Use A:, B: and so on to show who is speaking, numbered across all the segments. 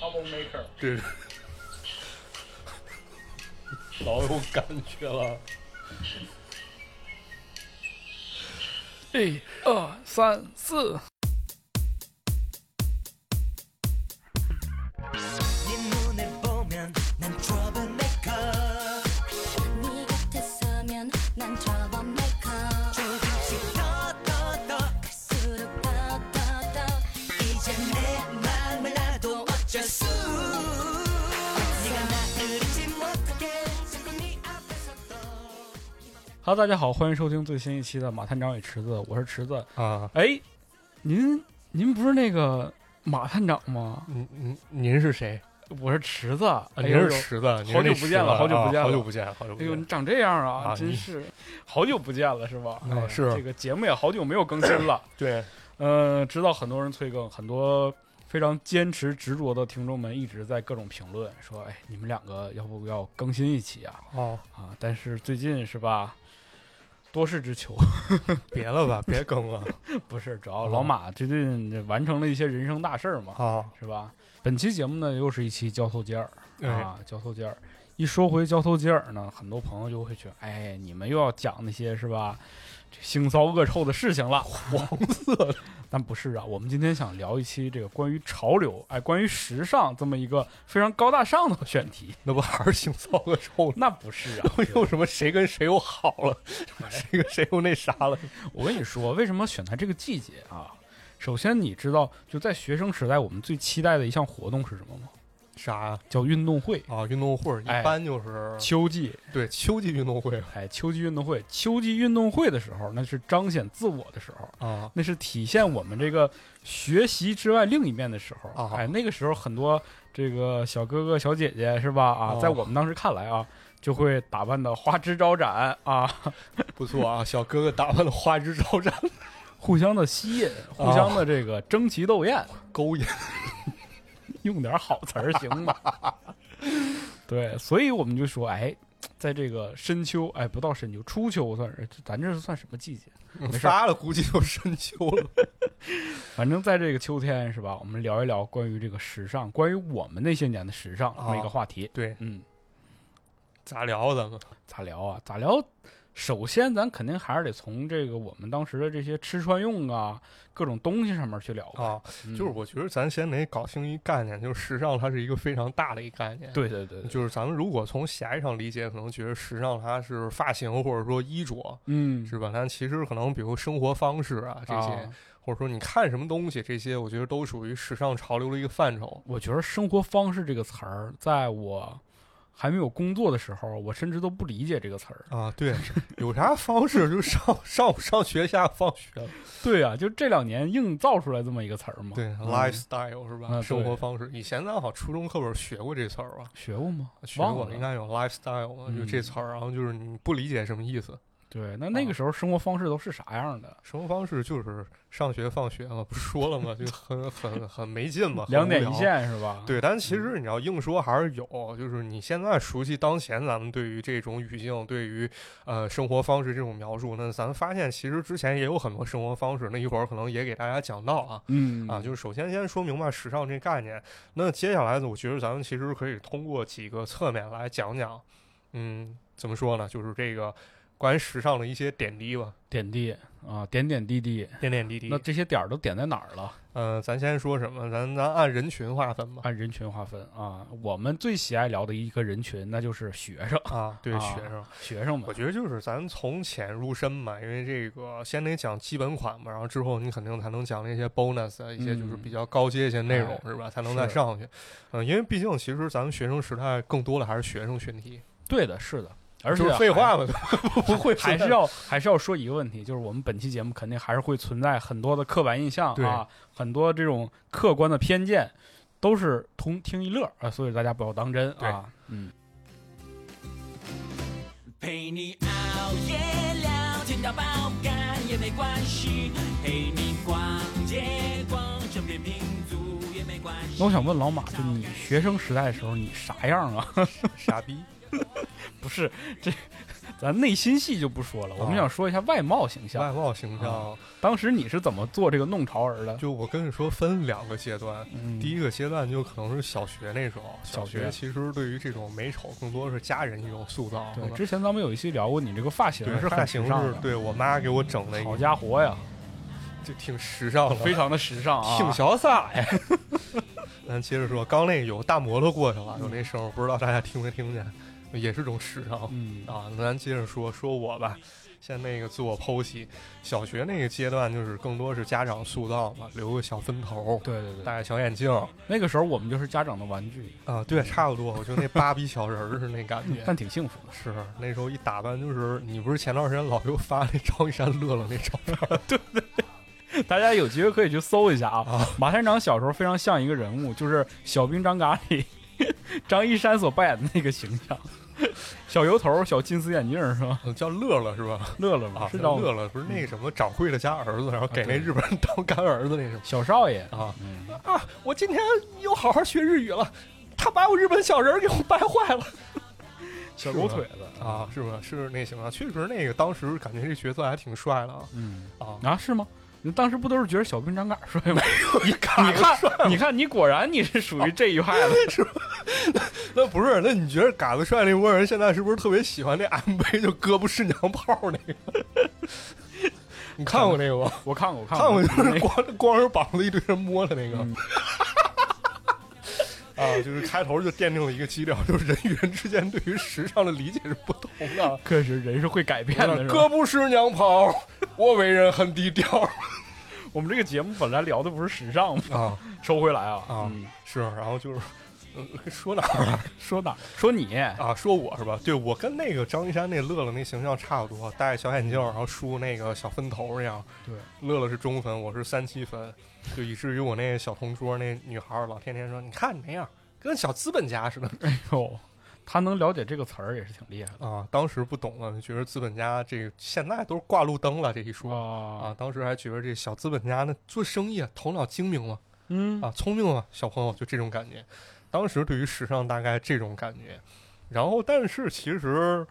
A: homemaker，
B: 这老有感觉了。
A: 一二三四，
C: 네 눈을 보면 난 troublemaker
D: 네 곁에서면 난 troublemaker
C: 조금씩 더더더
D: 갈수록 더더더
C: 이제 내 맘을 나도 어쩔 수 네가 나를 잊지 못하게 자꾸 네 앞에서 떠
A: 哈喽，大家好，欢迎收听最新一期的《马探长与池子》，我是池子。
B: 啊，
A: 哎，您您不是那个马探长吗？
B: 您您嗯您是谁？
A: 我是池子，
B: 啊，
A: 哎
B: 您
A: 呦
B: 是
A: 呦
B: 池子，您是
A: 好久
B: 那
A: 不
B: 池
A: 见
B: 子
A: 了好久
B: 啊
A: 不见
B: 好
A: 了
B: 久不见，好久不
A: 哎呦，你
B: 见。
A: 长这样啊，
B: 啊
A: 真
B: 你
A: 是好久不见了，是吧？
B: 啊
A: 哎呀
B: 是
A: 这个节目也好久没有更新了。
B: 对，
A: 呃，知道很多人催更，很多非常坚持执着的听众们一直在各种评论说：“哎，你们两个要不要更新一期啊？
B: 哦，
A: 啊！”但是最近是吧，多事之秋，
B: 别了吧， 别更了。
A: 不是主要老马最近这完成了一些人生大事儿嘛，
B: 啊，
A: 是吧？本期节目呢，又是一期交头接耳
B: 哎，
A: 啊，交头接耳。一说回交头接耳呢，很多朋友就会觉得，哎，你们又要讲那些是吧，这腥骚恶臭的事情了，黄色的。 但不是啊，我们今天想聊一期这个关于潮流，哎，关于时尚这么一个非常高大上的选题。
B: 那不还是性骚恶 臭呢？，
A: 那不是 啊
B: 又什么谁跟谁又好了，什么谁跟谁又那啥了？
A: 我跟你说，为什么选在这个季节啊？首先，你知道就在学生时代，我们最期待的一项活动是什么吗？
B: 啥呀？
A: 叫运动会。
B: 啊，运动会一
A: 哎
B: 般就是
A: 秋季，
B: 对秋季运动会
A: 哎，秋季运动会，秋季运动会的时候，那是彰显自我的时候，
B: 啊，
A: 那是体现我们这个学习之外另一面的时候。
B: 啊
A: 哎，那个时候很多这个小哥哥小姐姐是吧？啊，
B: 哦
A: 在我们当时看来啊，就会打扮的花枝招展啊，
B: 不错啊，小哥哥打扮的花枝招展，
A: 互相的吸引，
B: 哦
A: 互相的这个争奇斗艳，
B: 勾引
A: 用点好词儿行吗？ 对，所以我们就说，哎。在这个深秋，哎，不到深秋，初秋算是，咱这是算什么季节？没事儿
B: 发了，估计就深秋了。
A: 反正在这个秋天是吧？我们聊一聊关于这个时尚，关于我们那些年的时尚这么一个
B: 啊
A: 话题。
B: 对，
A: 嗯，
B: 咋聊咱们？
A: 咋聊啊？咋聊？首先，咱肯定还是得从这个我们当时的这些吃穿用啊，各种东西上面去聊吧。
B: 啊，
A: 嗯
B: 就是我觉得咱先得搞清一概念，就是时尚它是一个非常大的一概念。，
A: 对对对，对
B: 就是咱们如果从狭义上理解，可能觉得时尚它是发型或者说衣着，
A: 嗯，
B: 是吧？但其实可能比如生活方式啊这些，
A: 啊
B: 或者说你看什么东西这些，我觉得都属于时尚潮流的一个范畴。
A: 我觉得“生活方式”这个词儿，在我还没有工作的时候，我甚至都不理解这个词儿。
B: 啊，对， 有啥方式就上上上学下放学，
A: 对啊，就这两年硬造出来这么一个词儿嘛。
B: 对、
A: 嗯
B: l i f e s t y l e 是吧？
A: 啊对
B: 生活方式。以前咱好像初中课本学过这词儿吧？
A: 学过吗？
B: 学
A: 忘
B: 过，应该有 lifestyle 嘛，就这
A: 嗯
B: 词儿。然后就是你不理解什么意思，
A: 对，那
B: 啊
A: 那个时候生活方式都是啥样的？
B: 生活方式就是上学放学嘛，不是说了吗？就很很很没劲嘛，很
A: 两点
B: 无
A: 一
B: 聊。
A: 线嗯是吧？，
B: 对，但其实你要硬说还是有，就是你现在熟悉当前咱们对于这种语境、对于呃生活方式这种描述，那咱们发现其实之前也有很多生活方式，那一会儿可能也给大家讲到啊。
A: 嗯
B: 啊，就是首先先说明白时尚这概念，那接下来呢，我觉得咱们其实可以通过几个侧面来讲讲，嗯，怎么说呢，就是这个关于时尚的一些点滴吧，
A: 点滴啊，点点滴滴。
B: 点点滴滴
A: 那。这些点儿都点在哪儿了？
B: 嗯、咱先说什么？咱咱按人群划分吧。
A: 按人群划分啊，我们最喜爱聊的一个人群，那就是学生，
B: 啊，对，
A: 啊
B: 学生，
A: 学生
B: 我
A: 们。
B: 觉得就是咱从浅入深嘛，因为这个先得讲基本款嘛，然后之后你肯定才能讲那些 bonus 啊，一些就是
A: 嗯
B: 比较高阶一些内容，
A: 哎
B: 是吧？才能再
A: 是
B: 上去。嗯、因为毕竟其实咱们学生时代更多的还是学生群体，
A: 对的，是的，哎而且啊
B: 就是废话 嘛，不 会
A: 还是要还是要说一个问题，就是我们本期节目肯定还是会存在很多的刻板印象
B: 对
A: 啊，很多这种客观的偏见，都是同听一乐啊，所以大家不要当真啊。嗯，
E: 陪你熬夜聊天到爆肝也没关系，陪你逛街逛整片民族也没关系。
A: 那我想问老马，就你学生时代的时候，你啥样啊？
B: 傻逼。
A: 不是这，咱内心戏就不说了，我们
B: 啊
A: 想说一下外貌形 象。
B: 外貌形象，
A: 当时你是怎么做这个弄潮儿的？
B: 就我跟你说分两个阶段，
A: 嗯
B: 第一个阶段就可能是小学那时候，
A: 小
B: 小
A: 学
B: 学其实对于这种美丑更多是家人一种塑造，可
A: 对，
B: 能
A: 之前咱们有一期聊过，你这个发型
B: 对
A: 是
B: 发
A: 很
B: 型
A: 时尚
B: 是
A: 的，
B: 对我妈给我整了一
A: 好
B: 个，
A: 家伙呀，
B: 就挺时尚的，
A: 非常的时尚啊，
B: 挺潇洒呀。 咱接着说，刚那个有大摩托过去了，有那声儿，不知道大家听没听见，也是种时尚
A: 嗯
B: 啊。那咱接着说，说我吧。先那个自我剖析，小学那个阶段就是更多是家长塑造嘛，留个小分头，
A: 对对对，
B: 戴个小眼镜啊、
A: 那个时候我们就是家长的玩具，
B: 对，差不多，我就那芭比小人儿是那感觉。
A: 但挺幸福的。
B: 是那时候一打扮就是，你不是前段时间老又发那张一山乐乐那照片儿？
A: 大家有机会可以去搜一 下啊。
B: 啊
A: 马探长小时候非常像一个人物，就是《小兵张嘎》里 张一山所扮演的那个形象， 小油头、小金丝眼镜是吧？
B: 叫乐乐是啊吧？
A: 乐乐嘛，
B: 啊，
A: 是叫
B: 叫乐乐，不是那个什么掌柜的家儿子，然后给
A: 对
B: 那日本人当干儿子那什么
A: 小少爷。
B: 啊
A: 嗯，
B: 啊！我今天又好好学日语了，他把我日本小人儿给我掰坏了
A: 小狗腿子，
B: 啊！是吧？是那什么，确实那个当时感觉这角色还挺帅的啊
A: 嗯
B: 啊！
A: 啊，是吗？你当时不都是觉得小兵张嘎帅吗？
B: 你
A: 你看，你看，你果然你是属于这一派
B: 哦
A: 的。
B: 那不是？那你觉得嘎子帅那波人现在是不是特别喜欢那 MV 就胳膊是娘炮那个？ 你看过那个吗？
A: 我看过，我看
B: 看
A: 过，
B: 我就是
A: 那
B: 光光着膀子一堆人摸的那个，
A: 嗯
B: 啊，就是开头就奠定了一个基调，就是人与人之间对于时尚的理解是不同的。
A: 确实人是会改变的。是吧
B: 哥不是娘炮，我为人很低调
A: 我们这个节目本来聊的不是时尚吗？
B: 啊
A: 收回来啊
B: 啊
A: 嗯
B: 是，然后就是。嗯说哪儿啊
A: 说哪儿？说你哎
B: 啊？说我是吧？对我跟那个张一山那乐乐那形象差不多，戴小眼镜，然后梳那个小分头那样。
A: 对，
B: 乐乐是中分，我是三七分，就以至于我那小同桌那女孩儿老天天说：“你看你那样，跟小资本家似的。”
A: 哎呦，他能了解这个词儿也是挺厉害
B: 啊，当时不懂啊，就觉得资本家这个现在都是挂路灯了这一
A: 的
B: 说啊，
A: 啊。
B: 当时还觉得这小资本家那做生意啊，头脑精明嘛，
A: 嗯
B: 啊，聪明嘛，小朋友就这种感觉。当时对于时尚大概这种感觉，然后但是其实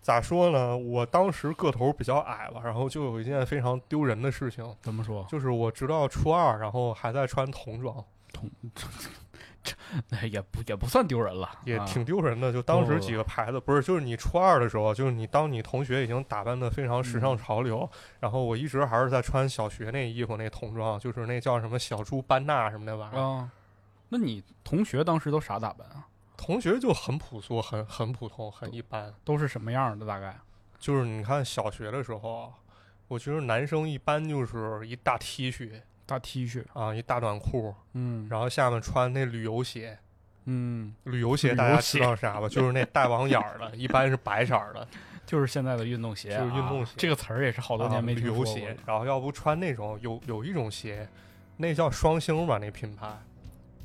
B: 咋说呢，我当时个头比较矮吧，然后就有一件非常丢人的事情，
A: 怎么说？
B: 就是我直到初二，然后还在穿童装，
A: 哎也不也不算丢人了，
B: 也
A: 啊
B: 挺丢人的。就当时几个牌子，不是，就是你初二的时候，就是你当你同学已经打扮的非常时
A: 嗯
B: 尚潮流，然后我一直还是在穿小学那衣服那童装，就是那叫什么小猪班纳什么那玩意儿。
A: 啊。那你同学当时都啥打扮啊？
B: 同学就很朴素，很很普通，很一般。
A: 都是什么样的？大概
B: 就是你看小学的时候，啊我觉得男生一般就是一大 T 恤
A: 大 T 恤，
B: 啊，一大短裤，
A: 嗯
B: 然后下面穿那旅游鞋。
A: 嗯，
B: 旅游
A: 旅
B: 鞋
A: 游
B: 大家
A: 鞋
B: 知道啥吧？就是那带网眼 儿的，一般是白色儿的。
A: 就是现在的运动鞋啊，
B: 就是运动鞋
A: 这个词儿也是好多年没
B: 啊旅
A: 听说
B: 游
A: 过
B: 鞋
A: 了，
B: 然后要不穿那种有有一种鞋，那叫双星吧，那品牌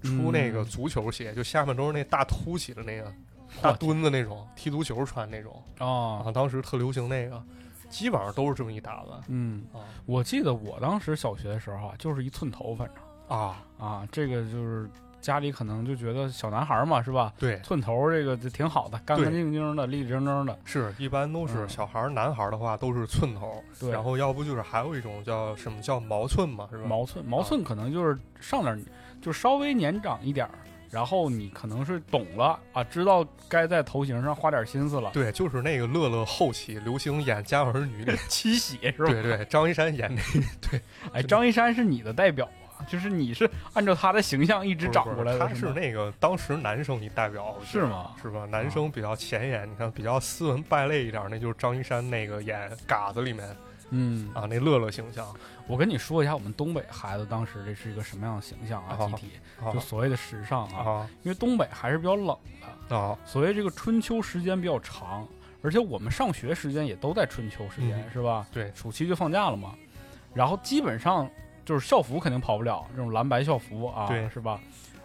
B: 出那个
A: 嗯
B: 足球鞋，就下面都是那大凸起的那 个大墩子那种，踢足球穿那种
A: 哦。
B: 啊，当时特流行那个，基本上都是这么一打扮
A: 嗯，
B: 啊
A: 我记得我当时小学的时候啊，就是一寸头，反正
B: 啊，
A: 啊，这个就是家里可能就觉得小男孩儿嘛，是吧？
B: 对，
A: 寸头这个就挺好的，干干
B: 对
A: 净净的，立立正正的。
B: 是一般都是
A: 嗯
B: 小孩儿男孩儿的话都是寸头，
A: 对，
B: 然后要不就是还有一种叫什么叫毛寸嘛，是吧？啊
A: 毛寸，毛寸可能就是上点儿，就稍微年长一点儿，然后你可能是懂了啊，知道该在头型上花点心思了。
B: 对，就是那个乐乐后期流行演《家有儿女》那，
A: 七喜 是吧？
B: 对对，张一山演那
A: 哎，张一山是你的代表啊，就是你是按照他的形象一直
B: 不是
A: 长
B: 不是
A: 过来的，
B: 他
A: 是
B: 是
A: 吗
B: 那个当时男生一代表，我觉得
A: 是吗啊
B: 是吧？男生比较前沿，你看比较斯文败类一点，那就是张一山那个演《嘎子》里面
A: 嗯，
B: 啊那乐乐形象
A: 我跟你说一下，我们东北孩子当时这是一个什么样的形象啊？
B: 好
A: 集体
B: 啊
A: 就所谓的时尚啊，
B: 啊
A: 因为东北还是比较冷的，
B: 啊
A: 所谓这个春秋时间比较长，而且我们上学时间也都在春秋时间，
B: 嗯
A: 是吧？
B: 对
A: 暑期就放假了嘛，然后基本上就是校服肯定跑不了，这种蓝白校服啊，
B: 对
A: 是吧？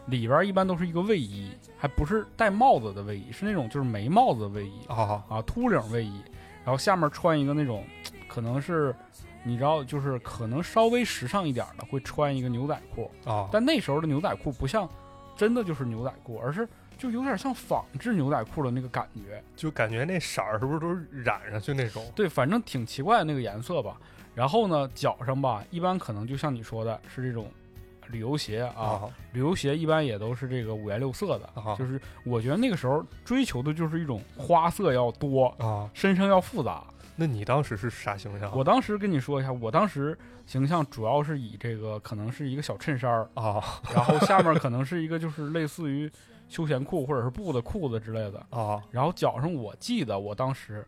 A: 里边一般都是一个卫衣，还不是戴帽子的卫衣，是那种就是没帽子的卫衣
B: 啊
A: 啊，秃领卫衣，然后下面穿一个那种，可能是你知道，就是可能稍微时尚一点的会穿一个牛仔裤，
B: 啊
A: 但那时候的牛仔裤不像真的就是牛仔裤，而是就有点像仿制牛仔裤的那个感觉。
B: 就感觉那色儿是不是都是染上去那种？
A: 对，反正挺奇怪的那个颜色吧。然后呢，脚上吧，一般可能就像你说的，是这种旅游鞋啊，
B: 啊
A: 旅游鞋一般也都是这个五颜六色的，
B: 啊
A: 就是我觉得那个时候追求的就是一种花色要多，
B: 啊！
A: 身上要复杂。
B: 那你当时是啥形象？
A: 我当时跟你说一下，我当时形象主要是以这个可能是一个小衬衫儿，
B: 啊
A: 然后下面可能是一个就是类似于休闲裤或者是布的裤子之类的，
B: 啊
A: 然后脚上我记得我当时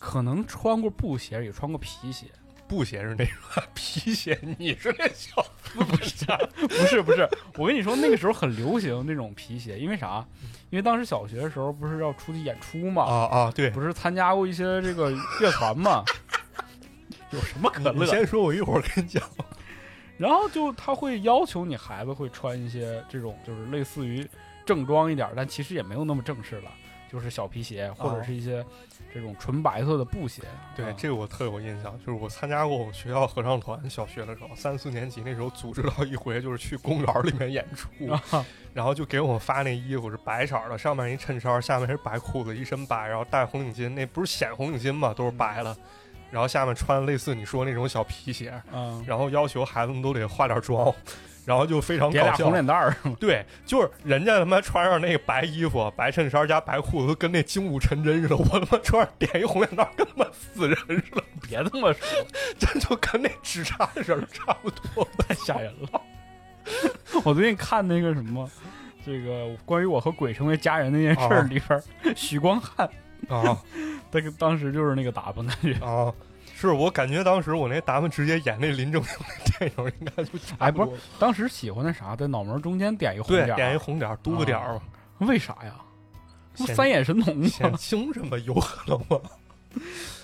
A: 可能穿过布鞋，也穿过皮鞋，
B: 布鞋是那种， 皮鞋你是那小子不是？
A: 不是不是，我跟你说那个时候很流行那种皮鞋，因为啥？因为当时小学的时候不是要出去演出嘛，
B: 啊啊！对，
A: 不是参加过一些这个乐团嘛， 有什么可
B: 你
A: 乐？
B: 先说，我一会儿跟你讲。
A: 然后就他会要求你孩子会穿一些这种就是类似于正装一点儿，但其实也没有那么正式了，就是小皮鞋或者
B: 哦
A: 是一些这种纯白色的布鞋。
B: 对，
A: 啊
B: 这个我特有印象，就是我参加过我们学校合唱团，小学的时候，三四年级那时候组织到一回，就是去公园里面演出，
A: 嗯
B: 然后就给我们发那衣服是白色儿的，上面一衬衫，下面是白裤子，一身白，然后戴红领巾，那不是显红领巾嘛，都是白的，然后下面穿类似你说那种小皮鞋，
A: 嗯，
B: 然后要求孩子们都得化点妆，然后就非常
A: 别
B: 搞
A: 俩
B: 笑
A: 红。脸蛋儿，
B: 对，就是人家他妈穿上那个白衣服、白衬衫加白裤子，都跟那精武成真似的。我他妈穿上点一红脸蛋儿，跟他妈死人似的。
A: 别这么说，
B: 这就跟那纸扎人差不 多。
A: 太吓人了。我最近看那个什么，这个关于我和鬼成为家人那件事儿
B: 哦
A: 里边儿， 许光汉
B: 啊
A: 他跟当时就是那个打扮感觉，
B: 啊！是我感觉当时我那达芬直接演那林正英那电影，应该就差
A: 哎不
B: 多
A: 是当时喜欢那啥，在脑门中间点一红
B: 对
A: 点，
B: 点一
A: 儿，啊哦
B: 红点儿，嘟个点儿嘛，
A: 为啥呀？不
B: 显
A: 三眼神童吗？
B: 显精神吧，有可能吗？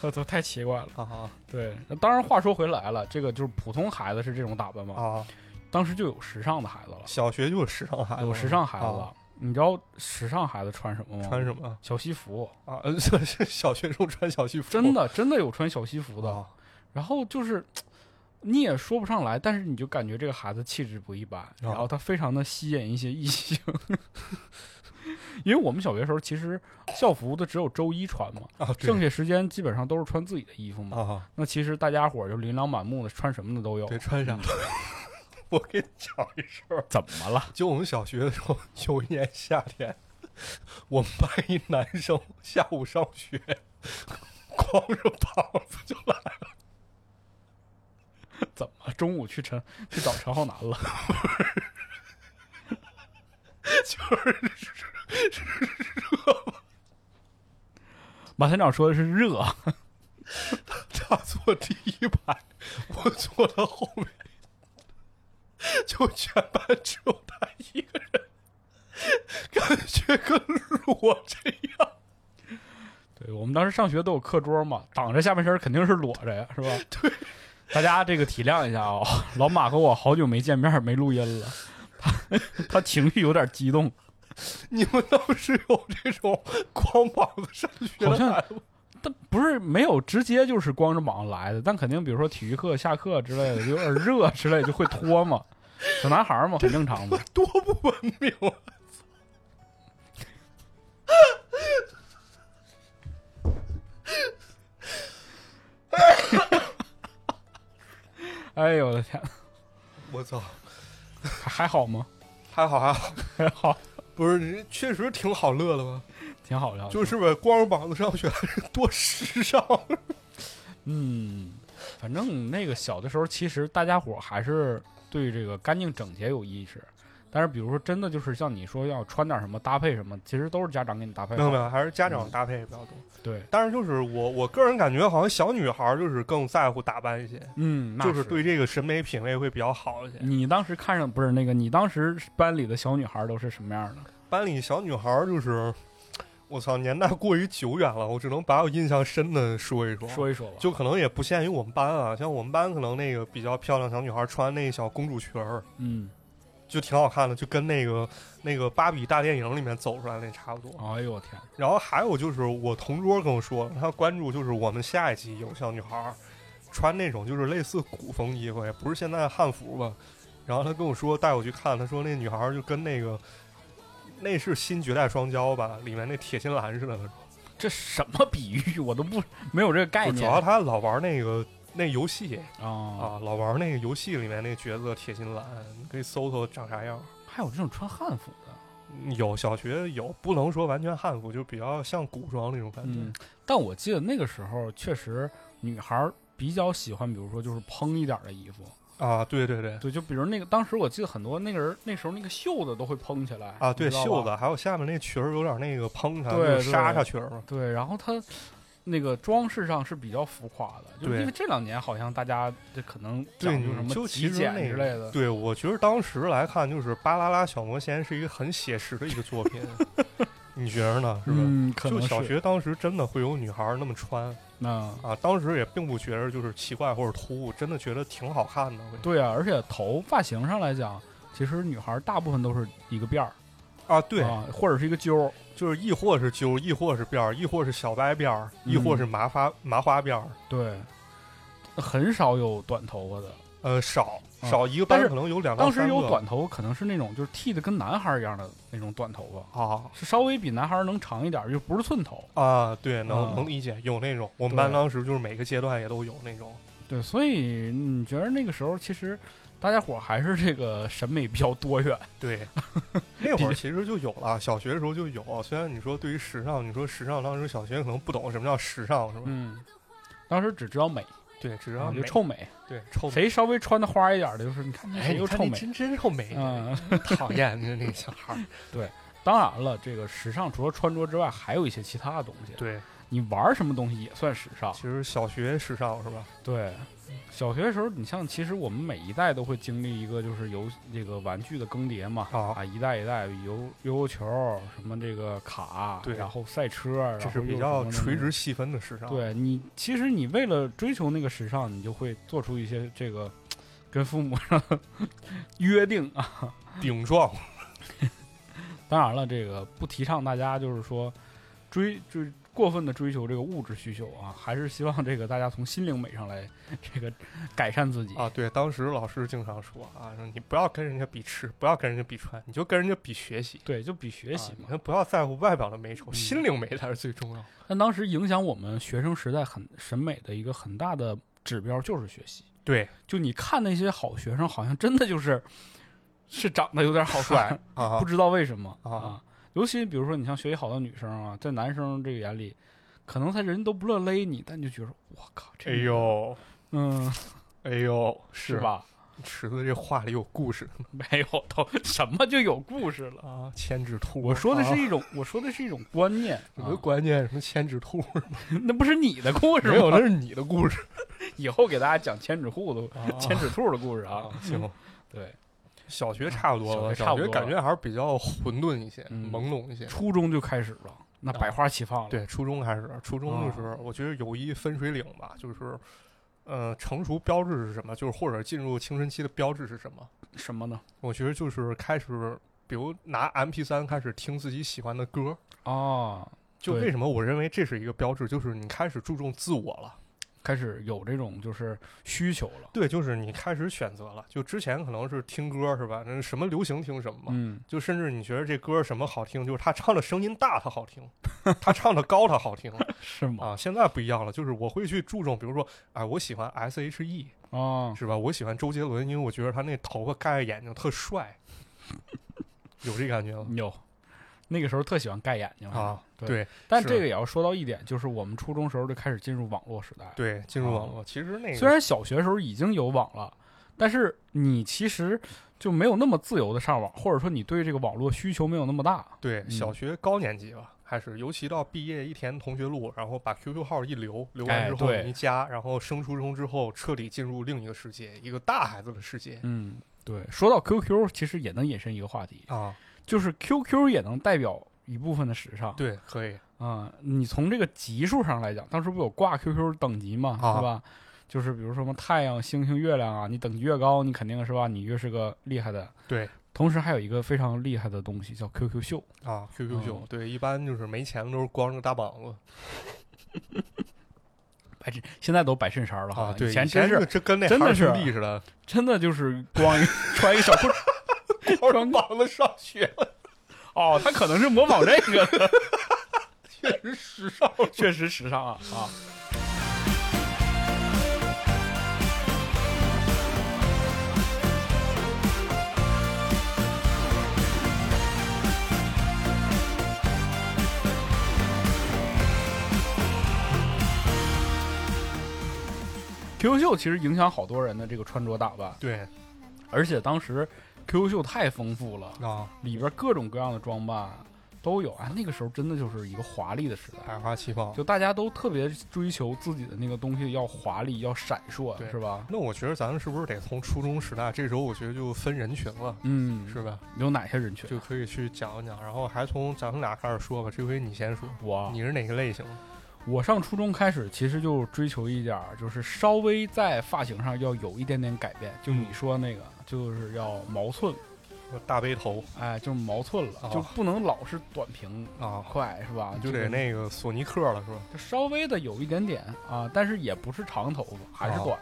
A: 我操，太奇怪了。
B: 啊
A: 对，那当然话说回来了，这个就是普通孩子是这种打扮嘛，
B: 啊！
A: 当时就有时尚的孩子了，
B: 小学就有时尚孩子，
A: 有时尚孩子
B: 啊
A: 了。你知道时尚孩子穿什么吗？
B: 穿什么
A: 小西服，
B: 啊？ 呃小小学生穿小西服，
A: 真的真的有穿小西服的。
B: 哦啊
A: 然后就是你也说不上来，但是你就感觉这个孩子气质不一般，
B: 啊
A: 然后他非常的吸引一些异性。 因为我们小学时候其实校服的只有周一穿嘛，
B: 啊！
A: 剩
B: 对
A: 下时间基本上都是穿自己的衣服嘛。
B: 啊，
A: 那其实大家伙儿就琳琅满目的，穿什么的都有。
B: 对，穿
A: 嗯
B: 啥？ 我给你讲一事儿，
A: 怎么了？
B: 就我们小学的时候，有一年夏天，我们班一男生下午上学，光着膀子就来了，
A: 怎么中午去陈去找陈浩南了？马团长说的是热，啊
B: 他坐第一排，我坐他后面，就全班只有他一个人，感觉跟裸这样。
A: 对我们当时上学都有课桌嘛，挡着下半身肯定是裸着呀，是吧？对，大家这个体谅一下啊、老马和我好久没见面，没录音了， 他他情绪有点激动，
B: 你们当时有这种光膀子上学
A: 好
B: 的
A: 像
B: 孩子吗？
A: 但不是没有直接就是光着膀子来的，但肯定比如说体育课下课之类的，有点热 之类的就会脱嘛，小男孩嘛，很正常嘛。
B: 多不文明啊！
A: 哎呦我的天，
B: 我操，
A: 还还好吗？
B: 还好还好，
A: 还 好，
B: 不是确实挺好乐的吗？
A: 挺好的，
B: 就是吧，光着膀子上学还是多时 尚。
A: 嗯，反正那个小的时候，其实大家伙儿还是对这个干净整洁有意识。但是，比如说，真的就是像你说要穿点什么搭配什么，其实都是家长给你搭配
B: 没有没
A: 好。
B: 有，还是家长搭配比较多。
A: 对，
B: 但是就是我我个人感觉，好像小女孩就是更在乎打扮一些，
A: 嗯，那
B: 就是对这个审美品味会比较好一些。
A: 你当时看上不是那个，你当时班里的小女孩都是什么样的？
B: 班里小女孩就是，我操，年代过于久远了，我只能把我印象深的说一说。
A: 说一说吧。
B: 就可能也不限于我们班啊，像我们班可能那个比较漂亮小女孩穿那小公主裙儿，
A: 嗯，
B: 就挺好看的，就跟那个那个芭比大电影里面走出来那差不多。
A: 哎呦我天，
B: 然后还有就是我同桌跟我说，他关注就是我们下一期有小女孩儿穿那种就是类似古风衣服，也不是现在汉服吧。然后他跟我说带我去看，他说那女孩儿就跟那个那是新绝代双骄吧？里面那铁心兰似的，
A: 这什么比喻？我都不没有这个概
B: 我主
A: 念
B: 要
A: 啊、
B: 他老玩那个那游戏
A: 哦
B: 啊，老玩那个游戏里面那角色铁心兰，你可以搜搜长啥样。
A: 还有这种穿汉服的，
B: 嗯有小学有，不能说完全汉服，就比较像古装那种感觉。
A: 嗯，但我记得那个时候确实女孩儿比较喜欢，比如说就是蓬一点儿的衣服，
B: 啊，对对对，
A: 对，就比如那个当时我记得很多那个人那时候那个袖子都会蓬起来
B: 啊，对
A: 你知道吧
B: 袖子，还有下面那裙儿有点那个蓬开，
A: 对
B: 就是纱
A: 对
B: 纱裙儿嘛。
A: 对，然后它那个装饰上是比较浮夸的，就是
B: 对
A: 因为这两年好像大家这可能
B: 对，
A: 讲究
B: 你
A: 什么
B: 就
A: 极
B: 其实
A: 简
B: 那
A: 之类的，
B: 对，我觉得当时来看，就是《巴啦啦小魔仙》是一个很写实的一个作 品，你觉得呢？是吧？
A: 嗯，可
B: 就
A: 能
B: 小
A: 是
B: 学当时真的会有女孩儿那么穿
A: 嗯。
B: 啊，当时也并不觉得就是奇怪或者突兀，真的觉得挺好看的。会
A: 对啊，而且头发型上来讲，其实女孩大部分都是一个辫儿，
B: 啊，对，
A: 啊，或者是一个揪儿，
B: 就是亦或是揪，亦或是辫儿，亦或是小白辫儿，亦或
A: 嗯
B: 是麻花麻花辫儿，
A: 对，很少有短头发的。
B: 呃，少
A: 啊
B: 少一个
A: 但
B: 班
A: 是
B: 可能有两到
A: 当时
B: 三
A: 有
B: 个
A: 短头，可能是那种就是剃的跟男孩一样的那种短头发，
B: 啊
A: 是稍微比男孩能长一点儿，就不是寸头。
B: 啊，对，能、
A: 啊
B: 能理解，有那种我们
A: 对
B: 班当时就是每个阶段也都有那种
A: 对，所以你觉得那个时候其实大家伙儿还是这个审美比较 多元。
B: 对，那会儿其实就有了，小学的时候就有。虽然你说对于时尚，你说时尚，当时小学可能不懂什么叫时尚，是吧？
A: 嗯，当时只知道美，
B: 对，只
A: 然
B: 要
A: 后就
B: 美，
A: 臭美，
B: 对臭美。
A: 谁稍微穿的花一点儿的，就是你看那
B: 哎，
A: 谁
B: 你
A: 又
B: 看
A: 臭
B: 那
A: 美。
B: 真真臭美，
A: 嗯，
B: 讨厌那那个小孩儿。
A: 当然了，这个时尚除了穿着之外，还有一些其他的东西。
B: 对，
A: 你玩儿什么东西也算时尚
B: 其。实小学时尚是吧？
A: 对，小学的时候，你像其实我们每一代都会经历一个就是游这个玩具的更迭嘛，
B: 啊
A: 啊，一代一代游悠悠球什么这个卡，
B: 对啊
A: 然后赛车，
B: 这是比较垂直。细分的时尚。，
A: 对你，其实你为了追求那个时尚，你就会做出一些这个跟父母 上的约定啊。
B: 顶撞
A: 当然了，这个不提倡大家就是说追追过分的追求这个物质需求啊，还是希望这个大家从心灵美上来这个改善自己
B: 啊！对，当时老师经常说啊，说你不要跟人家比吃，不要跟人家比穿，你就跟人家比学习。
A: 对，就比学习
B: 啊
A: 嘛
B: 你。们不要在乎外表的美丑，
A: 嗯
B: 心灵美才是最重要。
A: 但当时影响我们学生时代很审美的一个很大的指标就是学习。
B: 对
A: 就你看那些好学生，好像真的就是是长得有点 好 看，
B: 啊
A: 不，知道为什么
B: 啊
A: 啊。尤其比如说你像学习好的女生啊，在男生这个眼里，可能他人都不乐勒你，但你就觉得我靠，这
B: 哎
A: 女的，
B: 呦，
A: 嗯，
B: 哎呦，
A: 是？吧？
B: 池子这话里有故事
A: 没有，都什么就有故事了。
B: 啊，千纸兔。
A: 我说的是
B: 啊
A: 一种，我说的是一种观念，
B: 什
A: 啊
B: 么关键？什么千纸兔？
A: 那不是你的故事吗？
B: 没有，那是你的故事。
A: 以后给大家讲千纸兔的、
B: 啊
A: 千纸兔的故事啊
B: 啊。， 行，
A: 对，
B: 小学差不多了，
A: 小学差
B: 小
A: 不
B: 学
A: 多了
B: 感觉还是比较混沌一些，
A: 嗯
B: 懵懂一些。
A: 初中就开始了，那百花齐放了。
B: 对，初中开始，初中的时候，我觉得有一分水岭吧，就是，呃，成熟标志是什么？就是或者进入青春期的标志是什么？
A: 什么呢？
B: 我觉得就是开始，比如拿 M P 三开始听自己喜欢的歌，
A: 哦，
B: 就
A: 对
B: 为什么我认为这是一个标志，就是你开始注重自我了。
A: 开始有这种就是需求了。
B: 对，就是你开始选择了。就之前可能是听歌是吧？那什么流行听什么嘛。
A: 嗯，
B: 就甚至你觉得这歌什么好听，就是他唱的声音大，他好听；他唱的高，他好听
A: 是吗？
B: 啊。现在不一样了，就是我会去注重，比如说，哎，我喜欢 S.H.E
A: 哦，
B: 是吧？我喜欢周杰伦，因为我觉得他那头发盖着眼睛特帅，有这感觉 吗？
A: 有，那个时候特喜欢盖眼睛
B: 啊，
A: 对。
B: 对
A: 但
B: 是
A: 这个也要说到一点，就是我们初中时候就开始进入网络时代了。
B: 对，进入网络，其实那个
A: 啊虽然小学时候已经有网了，但是你其实就没有那么自由的上网，或者说你对这个网络需求没有那么大。
B: 对，
A: 嗯
B: 小学高年级吧，还是尤其到毕业一填同学录，然后把 QQ 号一留，留
A: 哎
B: 完之后
A: 对
B: 你一加，然后升初中之后彻底进入另一个世界，一个大孩子的世界
A: 嗯，对。说到 QQ，其实也能引申一个话题，
B: 啊。
A: 就是 QQ 也能代表一部分的时尚。
B: 对，可以
A: 啊、你从这个级数上来讲，当时不有挂 QQ 等级嘛，
B: 啊
A: 是吧？就是比如说什么太阳、星星、月亮啊，你等级越高，你肯定是吧，你越是个厉害的。
B: 对，
A: 同时还有一个非常厉害的东西叫 QQ 秀，
B: 啊，QQ 秀
A: 嗯，
B: 对，一般就是没钱的都是光着大膀子
A: 白衬，现在都白衬衫了哈，
B: 啊，对，
A: 以前真
B: 真
A: 是
B: 这跟那
A: 真的
B: 韩
A: 是
B: 兄弟似的，
A: 真的就是光一穿一个小裤，
B: 光着膀子上学。
A: 哦，他可能是模仿这个的，
B: 确实时尚。
A: 确实时尚啊啊！QQ 秀其实影响好多人的这个穿着打扮，
B: 对
A: 而且当时 QQ 秀太丰富了，
B: 啊，
A: 里边各种各样的装扮都有啊。那个时候真的就是一个华丽的时代，
B: 百花齐放。
A: 就大家都特别追求自己的那个东西要华丽、要闪烁，
B: 对
A: 是吧？
B: 那我觉得咱们是不是得从初中时代？这时候我觉得就分人群了，
A: 嗯，
B: 是吧？
A: 有哪些人群？
B: 就可以去讲一讲，然后还从咱们俩开始说吧。这回你先说，
A: 我啊
B: 你是哪个类型？
A: 我上初中开始，其实就追求一点儿，就是稍微在发型上要有一点点改变。就你说那个，就是要毛寸，
B: 我大背头
A: 哎，就是毛寸了，哦
B: 哦
A: 就不能老是短平
B: 啊，
A: 快，是吧？
B: 就
A: 这
B: 得
A: 个
B: 那个索尼克了，是吧？
A: 就稍微的有一点点啊，但是也不是长头发，还是
B: 哦
A: 短，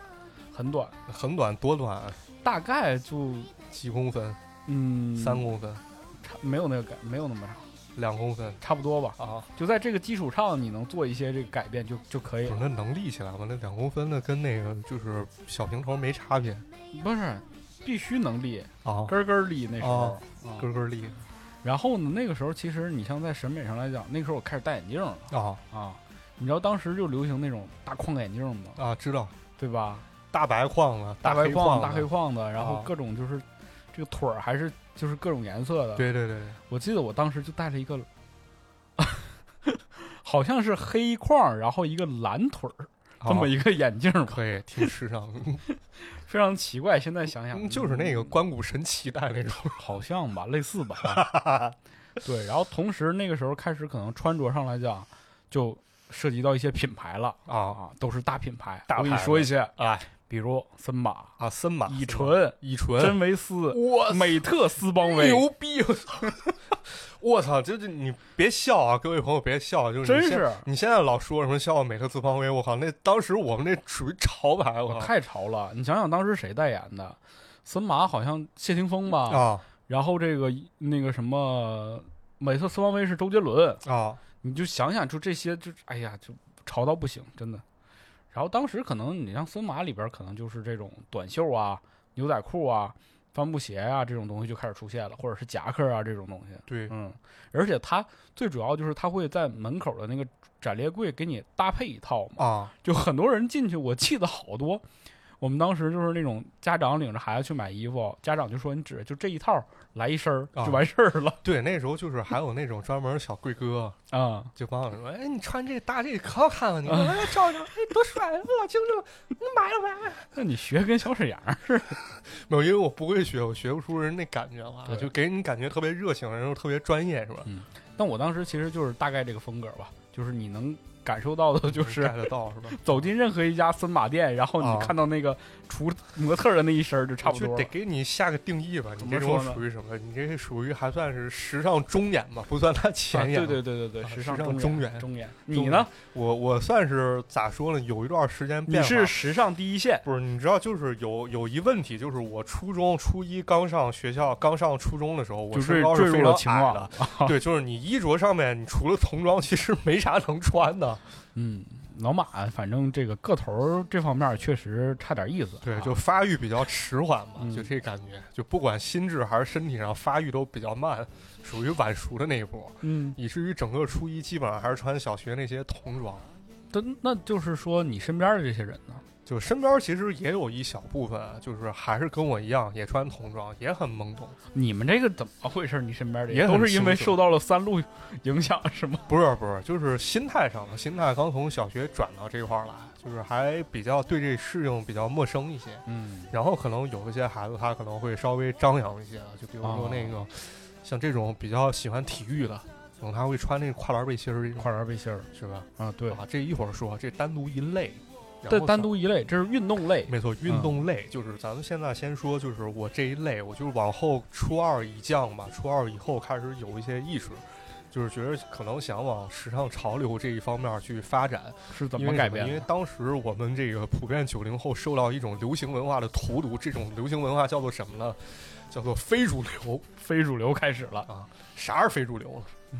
A: 很短，
B: 很短，多短？啊
A: 大概就
B: 几公分？
A: 嗯
B: 三公分？
A: 差没有那个改，没有那么长，
B: 两公分？
A: 差不多吧。
B: 啊，
A: 就在这个基础上，你能做一些这个改变就就可以
B: 不是
A: 了。
B: 那能立起来吗？那两公分的跟那个就是小平头没差别
A: 不是，必须能立，
B: 啊，
A: 根儿根儿立那时候
B: 哦。
A: 啊
B: 根根立
A: 然后呢，那个时候其实你像在审美上来讲，那个时候我开始戴眼镜了
B: 啊
A: 啊。你知道当时就流行那种大框眼镜吗？
B: 啊，知道
A: 对吧？
B: 大白框了，
A: 大白
B: 框，
A: 框、大黑
B: 框，
A: 框的，然后
B: 啊
A: 各种就是这个腿儿还是就是各种颜色的。
B: 对对对对，
A: 我记得我当时就戴了一个， 好像是黑框，然后一个蓝腿儿这么
B: 一
A: 一个眼镜吧，
B: 可以挺时尚，
A: 非常奇怪。现在想想，
B: 就是那个
A: 嗯
B: 关谷神奇带那种
A: 好像吧，类似吧。啊对，然后同时那个时候开始，可能穿着上来讲，就涉及到一些品牌了
B: 啊
A: 啊，都是大品牌。
B: 大
A: 我跟你
B: 牌
A: 说
B: 子
A: 一些，
B: 哎
A: 比如森马、
B: 啊，森马、
A: 以
B: 纯、
A: 纯、
B: 以纯，
A: 真维斯、
B: 我
A: 美特斯邦威，
B: 牛逼！我操！ 我操！就是你别笑啊，各位朋友别笑，就是
A: 真
B: 你现
A: 是
B: 你现在老说什么笑美特斯邦威，我靠，那当时我们那属于潮牌，我靠
A: 太潮了！你想想当时谁代言的？森马好像谢霆锋吧，
B: 啊
A: 然后这个那个什么美特斯邦威是周杰伦，
B: 啊！
A: 你就想想，就这些，就哎呀，就潮到不行，真的。然后当时可能你像森马里边儿可能就是这种短袖啊、牛仔裤啊、帆布鞋啊这种东西就开始出现了，或者是夹克啊这种东西。
B: 对，
A: 嗯，而且它最主要就是它会在门口的那个展列柜给你搭配一套嘛，
B: 啊
A: 就很多人进去，我记得好多。我们当时就是那种家长领着孩子去买衣服，家长就说你只就这一套来一身儿
B: 啊
A: 就完事儿了
B: 对，那时候就是还有那种专门小贵哥，
A: 啊、
B: 就帮我说，哎，你穿这搭这可好看了， 你来照照，哎，多帅，老精致了，你买了买了。
A: 那你学跟小沈阳儿
B: 没有，因为我不会学，我学不出人那感觉来，
A: 对
B: 就给你感觉特别热情，然后特别专业，是吧？
A: 但我当时其实就是大概这个风格吧，就是你能感受到 的，就
B: 盖
A: 是
B: 得到，是吧？
A: 走进任何一家森马店，然后
B: 啊
A: 你看到那个除模特儿的那一身儿就差不
B: 就
A: 多
B: 得
A: 了。
B: 给你下个定义吧。
A: 怎
B: 你
A: 么
B: 这种
A: 说呢
B: 属于什么？你这属于还算是时尚中年吧，不算他
A: 啊
B: 前沿。
A: 对对对对对，
B: 啊
A: 时
B: 时
A: 尚
B: 尚
A: 中
B: 中
A: 原
B: 原
A: 中原，
B: 中
A: 你
B: 原
A: 呢？
B: 我我算是咋说呢？有一段时间
A: 你
B: 变化
A: 是时尚第一线
B: 不是？你知道，就是有有一问题，就是我初中初一刚上学校，刚上初中的时候，我
A: 就
B: 身
A: 坠
B: 高
A: 坠
B: 是
A: 入
B: 非
A: 了
B: 常
A: 情
B: 矮
A: 网啊
B: 的。
A: 了。
B: 对，就是你衣着上面，你除了童装，其实没啥能穿的。
A: 嗯，老马反正这个个头儿这方面儿确实差点意思啊。
B: 对，就发育比较迟缓嘛，
A: 嗯
B: 就这感觉，就不管心智还是身体上发育都比较慢，属于晚熟的那一波。
A: 嗯，
B: 以至于整个初一基本上还是穿小学那些童装。
A: 但那就是说你身边儿的这些人呢，
B: 就身边其实也有一小部分，啊就是还是跟我一样也穿童装，也很懵懂。
A: 你们这个怎么回事？你身边儿的
B: 也很
A: 都是因为
B: 清楚
A: 受到了三鹿影响是吗？
B: 不是不是，就是心态上嘛，心态刚从小学转到这块儿来，就是还比较对这适应比较陌生一些。
A: 嗯，
B: 然后可能有一些孩子他可能会稍微张扬一些啊，就比如
A: 哦
B: 说那个、像这种比较喜欢体育的，可能他会穿那个跨栏背心儿这种，
A: 跨栏背心儿
B: 是吧？
A: 啊，对，
B: 啊，这一会儿说，这单独一类。然
A: 这
B: 后
A: 单
B: 像
A: 独嗯一类，这是运动类。
B: 没错，运动类、就是咱们现在先说，就是我这一类，我就是往后初二以降吧，初二以后开始有一些意识，就是觉得可能想往时尚潮流这一方面去发展。
A: 是怎
B: 因
A: 么
B: 为
A: 改
B: 什
A: 变的？
B: 因为当时我们这个普遍九零后受到一种流行文化的荼毒，这种流行文化叫做什么呢？叫做非主流。
A: 非主流开始了，
B: 啥是非主流呢？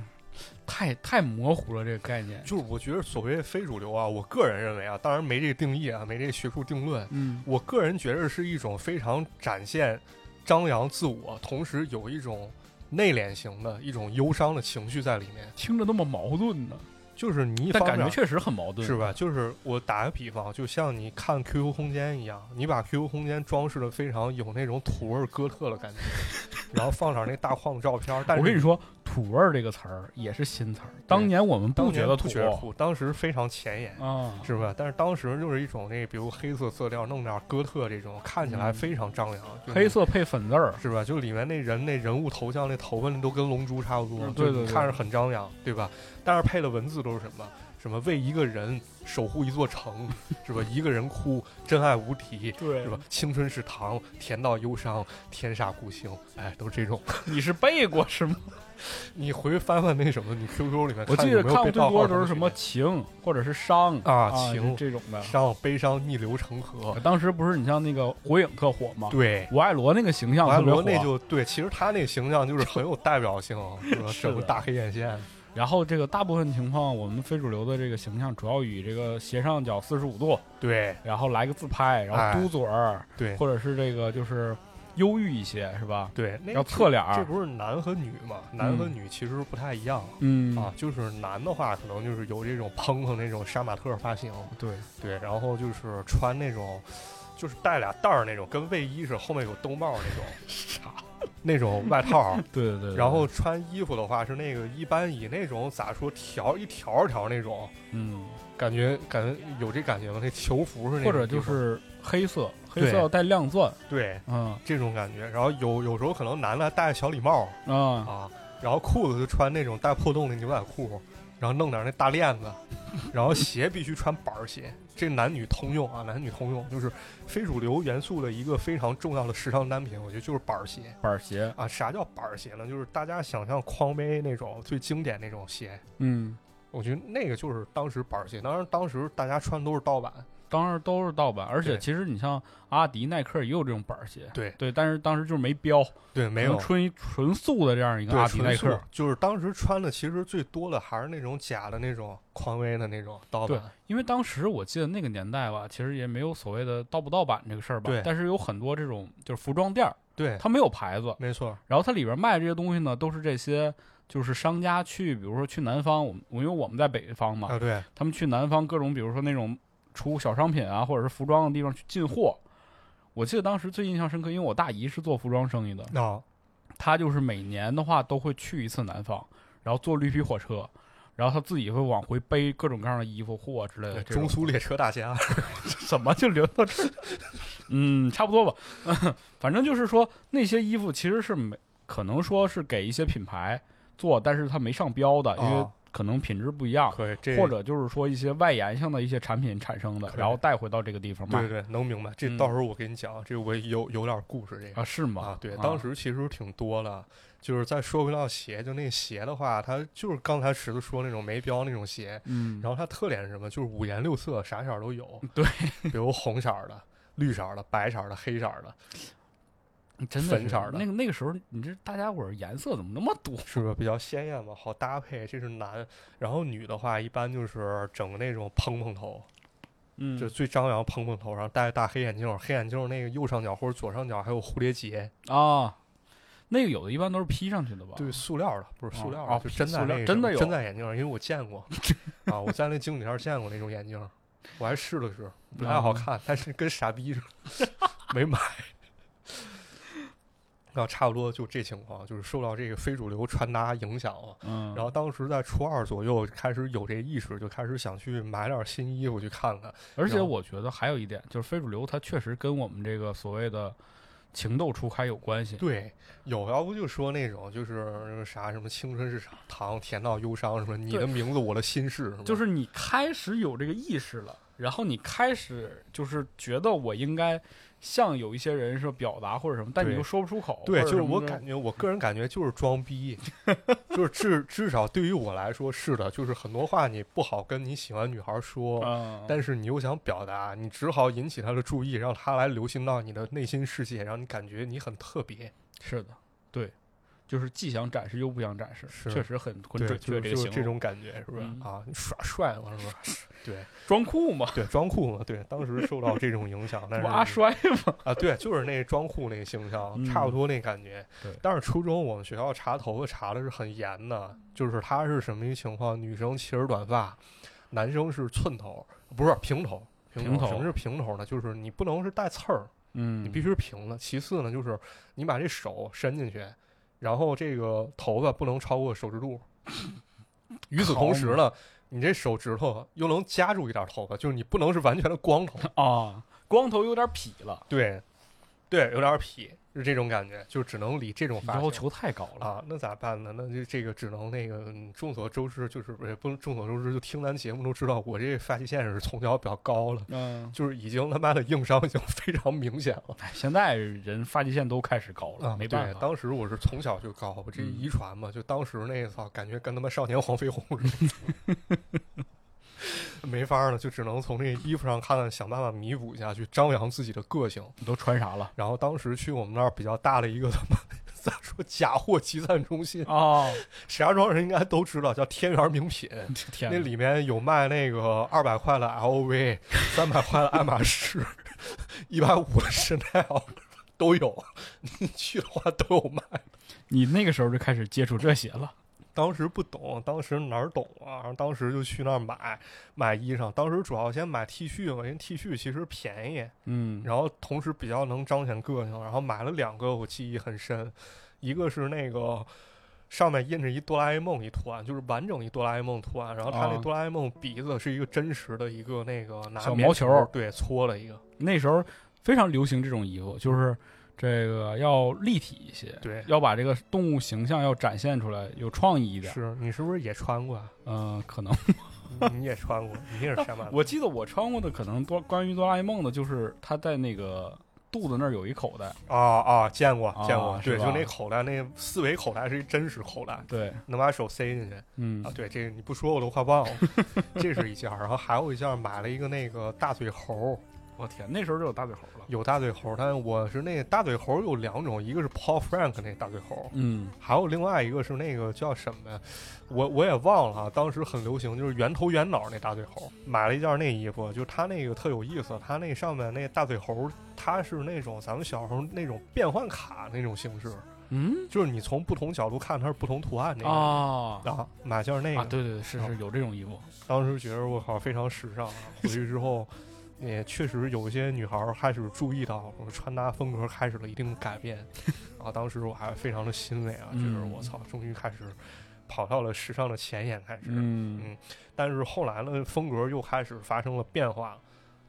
A: 太太模糊了这个概念。
B: 就是我觉得所谓非主流啊，我个人认为啊，当然没这个定义啊，没这个学术定论。
A: 嗯
B: 我个人觉得是一种非常展现、张扬自我，同时有一种内敛型的一种忧伤的情绪在里面。
A: 听着那么矛盾呢，
B: 就是你一
A: 但
B: 方面
A: 感觉确实很矛盾，
B: 是吧？？就是我打个比方，就像你看 QQ 空间一样，你把 QQ 空间装饰的非常有那种土味儿哥特的感 觉，然后放上那大框子照片儿。但是
A: 我跟你，说，“土味儿”这个词儿也是新词儿，当年我们
B: 当
A: 觉
B: 年
A: 得
B: 不觉得土，当时非常前沿，
A: 啊，
B: 是吧？但是当时就是一种那，比如黑色色调，弄点儿哥特这种，看起来
A: 嗯
B: 非常张扬，就是
A: 黑色配粉字儿，
B: 是吧？就里面那人那人物头像那头发那都跟龙珠差不多，
A: 嗯
B: 就
A: 对
B: 是
A: 对
B: 你
A: 对
B: 看着很张扬，对吧？但是配的文字都是什么？什么为一个人守护一座城，是吧？一个人哭，真爱无敌，
A: 对
B: 是吧？？青春是糖，甜到忧伤，天煞孤星，哎，都是这种。
A: 你是背过是吗？
B: 你回去翻翻那什么，你 QQ 里面
A: 我记得
B: 有没有
A: 看过
B: 被
A: 最
B: 盗
A: 多
B: 号
A: 都是什么情或者是伤
B: 啊
A: 情
B: 情
A: 这啊种的。
B: 伤悲伤逆流成河，
A: 当时不是你像那个火影特火吗？
B: 对。
A: 我爱罗那个形象
B: 完
A: 特别
B: 罗
A: 火，
B: 那就对，其实他那形象就是很有代表性，是吧？
A: 是的
B: 整个大黑眼线，
A: 然后这个大部分情况，我们非主流的这个形象主要以这个斜上角四十五度，
B: 对
A: 然后来个自拍，然
B: 哎
A: 后嘟嘴儿，
B: 对
A: 或者是这个就是忧郁一些，是吧？
B: 对，那
A: 要侧脸
B: 哎这
A: 儿，
B: 不是男和女嘛？男和女其实不太一样、
A: 嗯
B: 啊，，就是男的话可能就是有这种蓬蓬那种杀马特发型，
A: 对，
B: 对，然后就是穿那种就是带俩带儿那种，跟卫衣似的，后面有兜帽那 种，那种外套儿。
A: 对对对。
B: 然后穿衣服的话是那个一般以那种咋说条一条一条那种
A: 嗯，
B: 感觉，感觉有这感觉吗？那囚服是那
A: 或
B: 种
A: 者就
B: 地方
A: 是黑色，黑
B: 对
A: 色要带亮钻，
B: 对
A: 嗯
B: 这种感觉，然后有有时候可能男的戴小礼帽，
A: 啊，
B: 啊，然后裤子就穿那种带破洞的牛仔裤，然后弄点那大链子，然后鞋必须穿板儿鞋，这男女通用啊，男女通用，就是非主流元素的一个非常重要的时尚单品，我觉得就是板儿鞋
A: 板儿鞋，
B: 啊。啥叫板儿鞋呢？就是大家想象匡威那种最经典那种鞋，
A: 嗯，
B: 我觉得那个就是当时板儿鞋。当然，当时大家穿都是盗版，
A: 当时都是盗版，而且
B: 对
A: 其实你像阿迪、耐克也有这种板儿鞋，
B: 对
A: 对，但是当时就是没标，
B: 对，没
A: 可能
B: 有。
A: 纯纯素的这样一个
B: 对，
A: 阿迪、耐
B: 纯素
A: 克，
B: 就是当时穿的，其实最多的还是那种假的那种匡威的那种盗
A: 对
B: 版。
A: 因为当时我记得那个年代吧，其实也没有所谓的盗不盗版这个事儿吧，
B: 对
A: 但是有很多这种就是服装店儿，
B: 对，
A: 它没有牌子，
B: 没错。
A: 然后它里边卖这些东西呢，都是这些就是商家去，比如说去南方，我们因为我们在北方嘛，
B: 啊，对，
A: 他们去南方各种，比如说那种出小商品啊，或者是服装的地方去进货。我记得当时最印象深刻，因为我大姨是做服装生意的，
B: 那、
A: 她就是每年的话都会去一次南方，然后坐绿皮火车，然后她自己会往回背各种各样的衣服、货之类的。呃这种
B: 中苏列车大啊侠，
A: 怎么就留到这 儿？嗯，差不多吧。 反正就是说，那些衣服其实是没可能说是给一些品牌做，但是它没上标啊的，因为
B: 哦
A: 可能品质不一样。
B: 可以，这
A: 或者就是说一些外延性的一些产品产生的，
B: 可以
A: 然后带回到这个地方卖
B: 对对，能明白。这
A: 嗯
B: 到时候我给你讲，这我有有点故事这个
A: 啊，是吗？
B: 啊，对，当时其实挺多了。就是再说回到鞋，就那鞋的话，它就是刚才池子说那种没标那种鞋，
A: 嗯，
B: 然后它特点是什么？就是五颜六色，啥色儿都有，
A: 对，
B: 比如红色儿的、绿色儿的、白色儿的、黑色儿的，
A: 后真的
B: 粉
A: 是
B: 色儿的
A: 那个那个时候，你这大家伙儿颜色怎么那么多？
B: 是不是比较鲜艳嘛？好搭配，这是男。然后女的话，一般就是整那种蓬蓬头，
A: 嗯
B: 就最张扬蓬蓬头，然后戴大黑眼镜，黑眼镜那个右上角或者左上角还有蝴蝶结，
A: 啊，那个有的一般都是 P 上去的吧？
B: 对，塑料的，不是塑料的，
A: 哦
B: 就真在
A: 塑料
B: 那个
A: 真的
B: 什么
A: 有
B: 真在眼镜，因为我见 过啊，我在那经理那儿见过那种眼镜，我还试了试，不
A: 嗯
B: 太好看，但是跟傻逼似的， 没买。那差不多就这情况，就是受到这个非主流穿搭影响了。
A: 嗯，
B: 然后当时在初二左右开始有这意识，就开始想去买点新衣服去看看。
A: 而且
B: 然后
A: 我觉得还有一点就是非主流，它确实跟我们这个所谓的情窦初开有关系。
B: 对，有要不就说那种就是啥什么青春是糖，甜到忧伤什么，你
A: 对
B: 的名字我的心事，吧
A: 就是你开始有这个意识了，然后你开始就是觉得我应该像有一些人说表达或者什么，但你
B: 对
A: 又说不出口。
B: 对，
A: 或
B: 就
A: 者
B: 是
A: 什么
B: 我
A: 的嗯
B: 感觉，我个人感觉就是装 逼，就是至至少对于我来说是的，就是很多话你不好跟你喜欢女孩说，
A: 嗯，
B: 但是你又想表达，你只好引起她的注意，让她来留心到你的内心世界，让你感觉你很特别。
A: 是的，对，就是既想展示又不想展示，
B: 是
A: 确实很很
B: 对就
A: 准确
B: 是
A: 个
B: 就
A: 形
B: 是这
A: 容，
B: 种感觉是不是
A: 嗯
B: 啊？你耍帅嘛是吧？对
A: 装酷嘛，
B: 对，装酷嘛，对，当时受到这种影响，但
A: 不
B: 是
A: 阿衰嘛，
B: 啊，对，就是那装酷那个形象，
A: 嗯
B: 差不多那感觉。
A: 对
B: 但是初中我们学校查头发查的是很严的，就是他是什么一情况？女生齐耳短发，男生是寸头，不是平头。
A: 平头
B: 什么是平头呢？就是你不能是带刺儿，
A: 嗯，
B: 你必须是平的。其次呢，就是你把这手伸进去，然后这个头发不能超过手指肚。与此同时呢，你这手指头又能夹住一点头发，就是你不能是完全的光头。
A: 啊，光头有点痞了，
B: 对，对，有点痞，是这种感觉，就只能理这种发
A: 要
B: 型
A: 求太高了，
B: 啊。那咋办呢？那就这个只能那个，嗯众所周知，就是不是不能众所周知，就听咱节目都知道，我这发际线是从小比较高了。
A: 嗯，
B: 就是已经他妈的硬伤已经非常明显 了
A: 哎现在人发际线都开始高了，
B: 啊！
A: 没办
B: 对
A: 法，
B: 当时我是从小就高，我这
A: 嗯
B: 遗传嘛，就当时那个操，感觉跟他妈少年黄飞鸿似的， 没法儿了，就只能从这衣服上看看，想办法弥补一下，去张扬自己的个性。
A: 你都穿 啥了？
B: 然后当时去我们那儿比较大的一个他妈咋说假货集散中心，
A: 哦，
B: 石家庄人应该都知道，叫天元名品。
A: 天
B: 那
A: 哪，
B: 里面有卖那个二百块的 LV，三 百块的爱马仕，一百五的香奈儿都有。你去的话都有卖。
A: 你那个时候就开始接触这些 了，
B: 当时不懂，当时哪儿懂啊？然后当时就去那儿买买衣裳。当时主要先买 T 恤嘛，因为 T 恤其实便宜。
A: 嗯，
B: 然后同时比较能彰显个性，然后买了两个，我记忆很深，一个是那个上面印着一哆啦 A 梦一图案，就是完整一哆啦 A 梦图案，然后它
A: 啊
B: 那哆啦 A 梦鼻子是一个真实的一个那个拿
A: 小
B: 棉
A: 毛球
B: 儿对搓了一个，
A: 那时候非常流行这种衣服，就是这个要立体一些，
B: 对
A: 要把这个动物形象要展现出来，有创意一点。
B: 是你是不是也穿过？啊？
A: 嗯、可能
B: 你也穿过，你也是山马
A: 我记得我穿过的可能多关于哆啦 A 梦的，就是它在那个肚子那儿有一口袋，
B: 啊啊，见过见过，
A: 啊
B: 对，
A: 是
B: 就
A: 吧
B: 那口袋，那四维口袋是一真实口袋，
A: 对，
B: 能把手塞进去。
A: 嗯
B: 啊，，对，这个你不说我都快忘了， 这是一件儿，然后还有一件儿买了一个那个大嘴猴，
A: 我天，那时候就有大嘴猴了，
B: 有大嘴猴，但我是那个大嘴猴有两种，一个是 Paul Frank 那大嘴猴，
A: 嗯，
B: 还有另外一个是那个叫什么呀？我我也忘了啊，当时很流行，就是圆头圆脑那大嘴猴。买了一件那衣服，就它那个特有意思，它那上面那大嘴猴，它是那种咱们小时候那种变换卡那种形式，
A: 嗯
B: 就是你从不同角度看它是不同图案那个。
A: 啊
B: 啊，买件那个，哦
A: 啊，对对对，是是有这种衣服，
B: 当时觉得我靠非常时尚 啊。回去之后，也确实有一些女孩儿开始注意到我的穿搭风格开始了一定的改 变，啊，当时我还非常的欣慰啊，就是
A: 嗯
B: 我操，终于开始跑到了时尚的前沿开始。
A: 嗯
B: 但是后来呢，风格又开始发生了变化，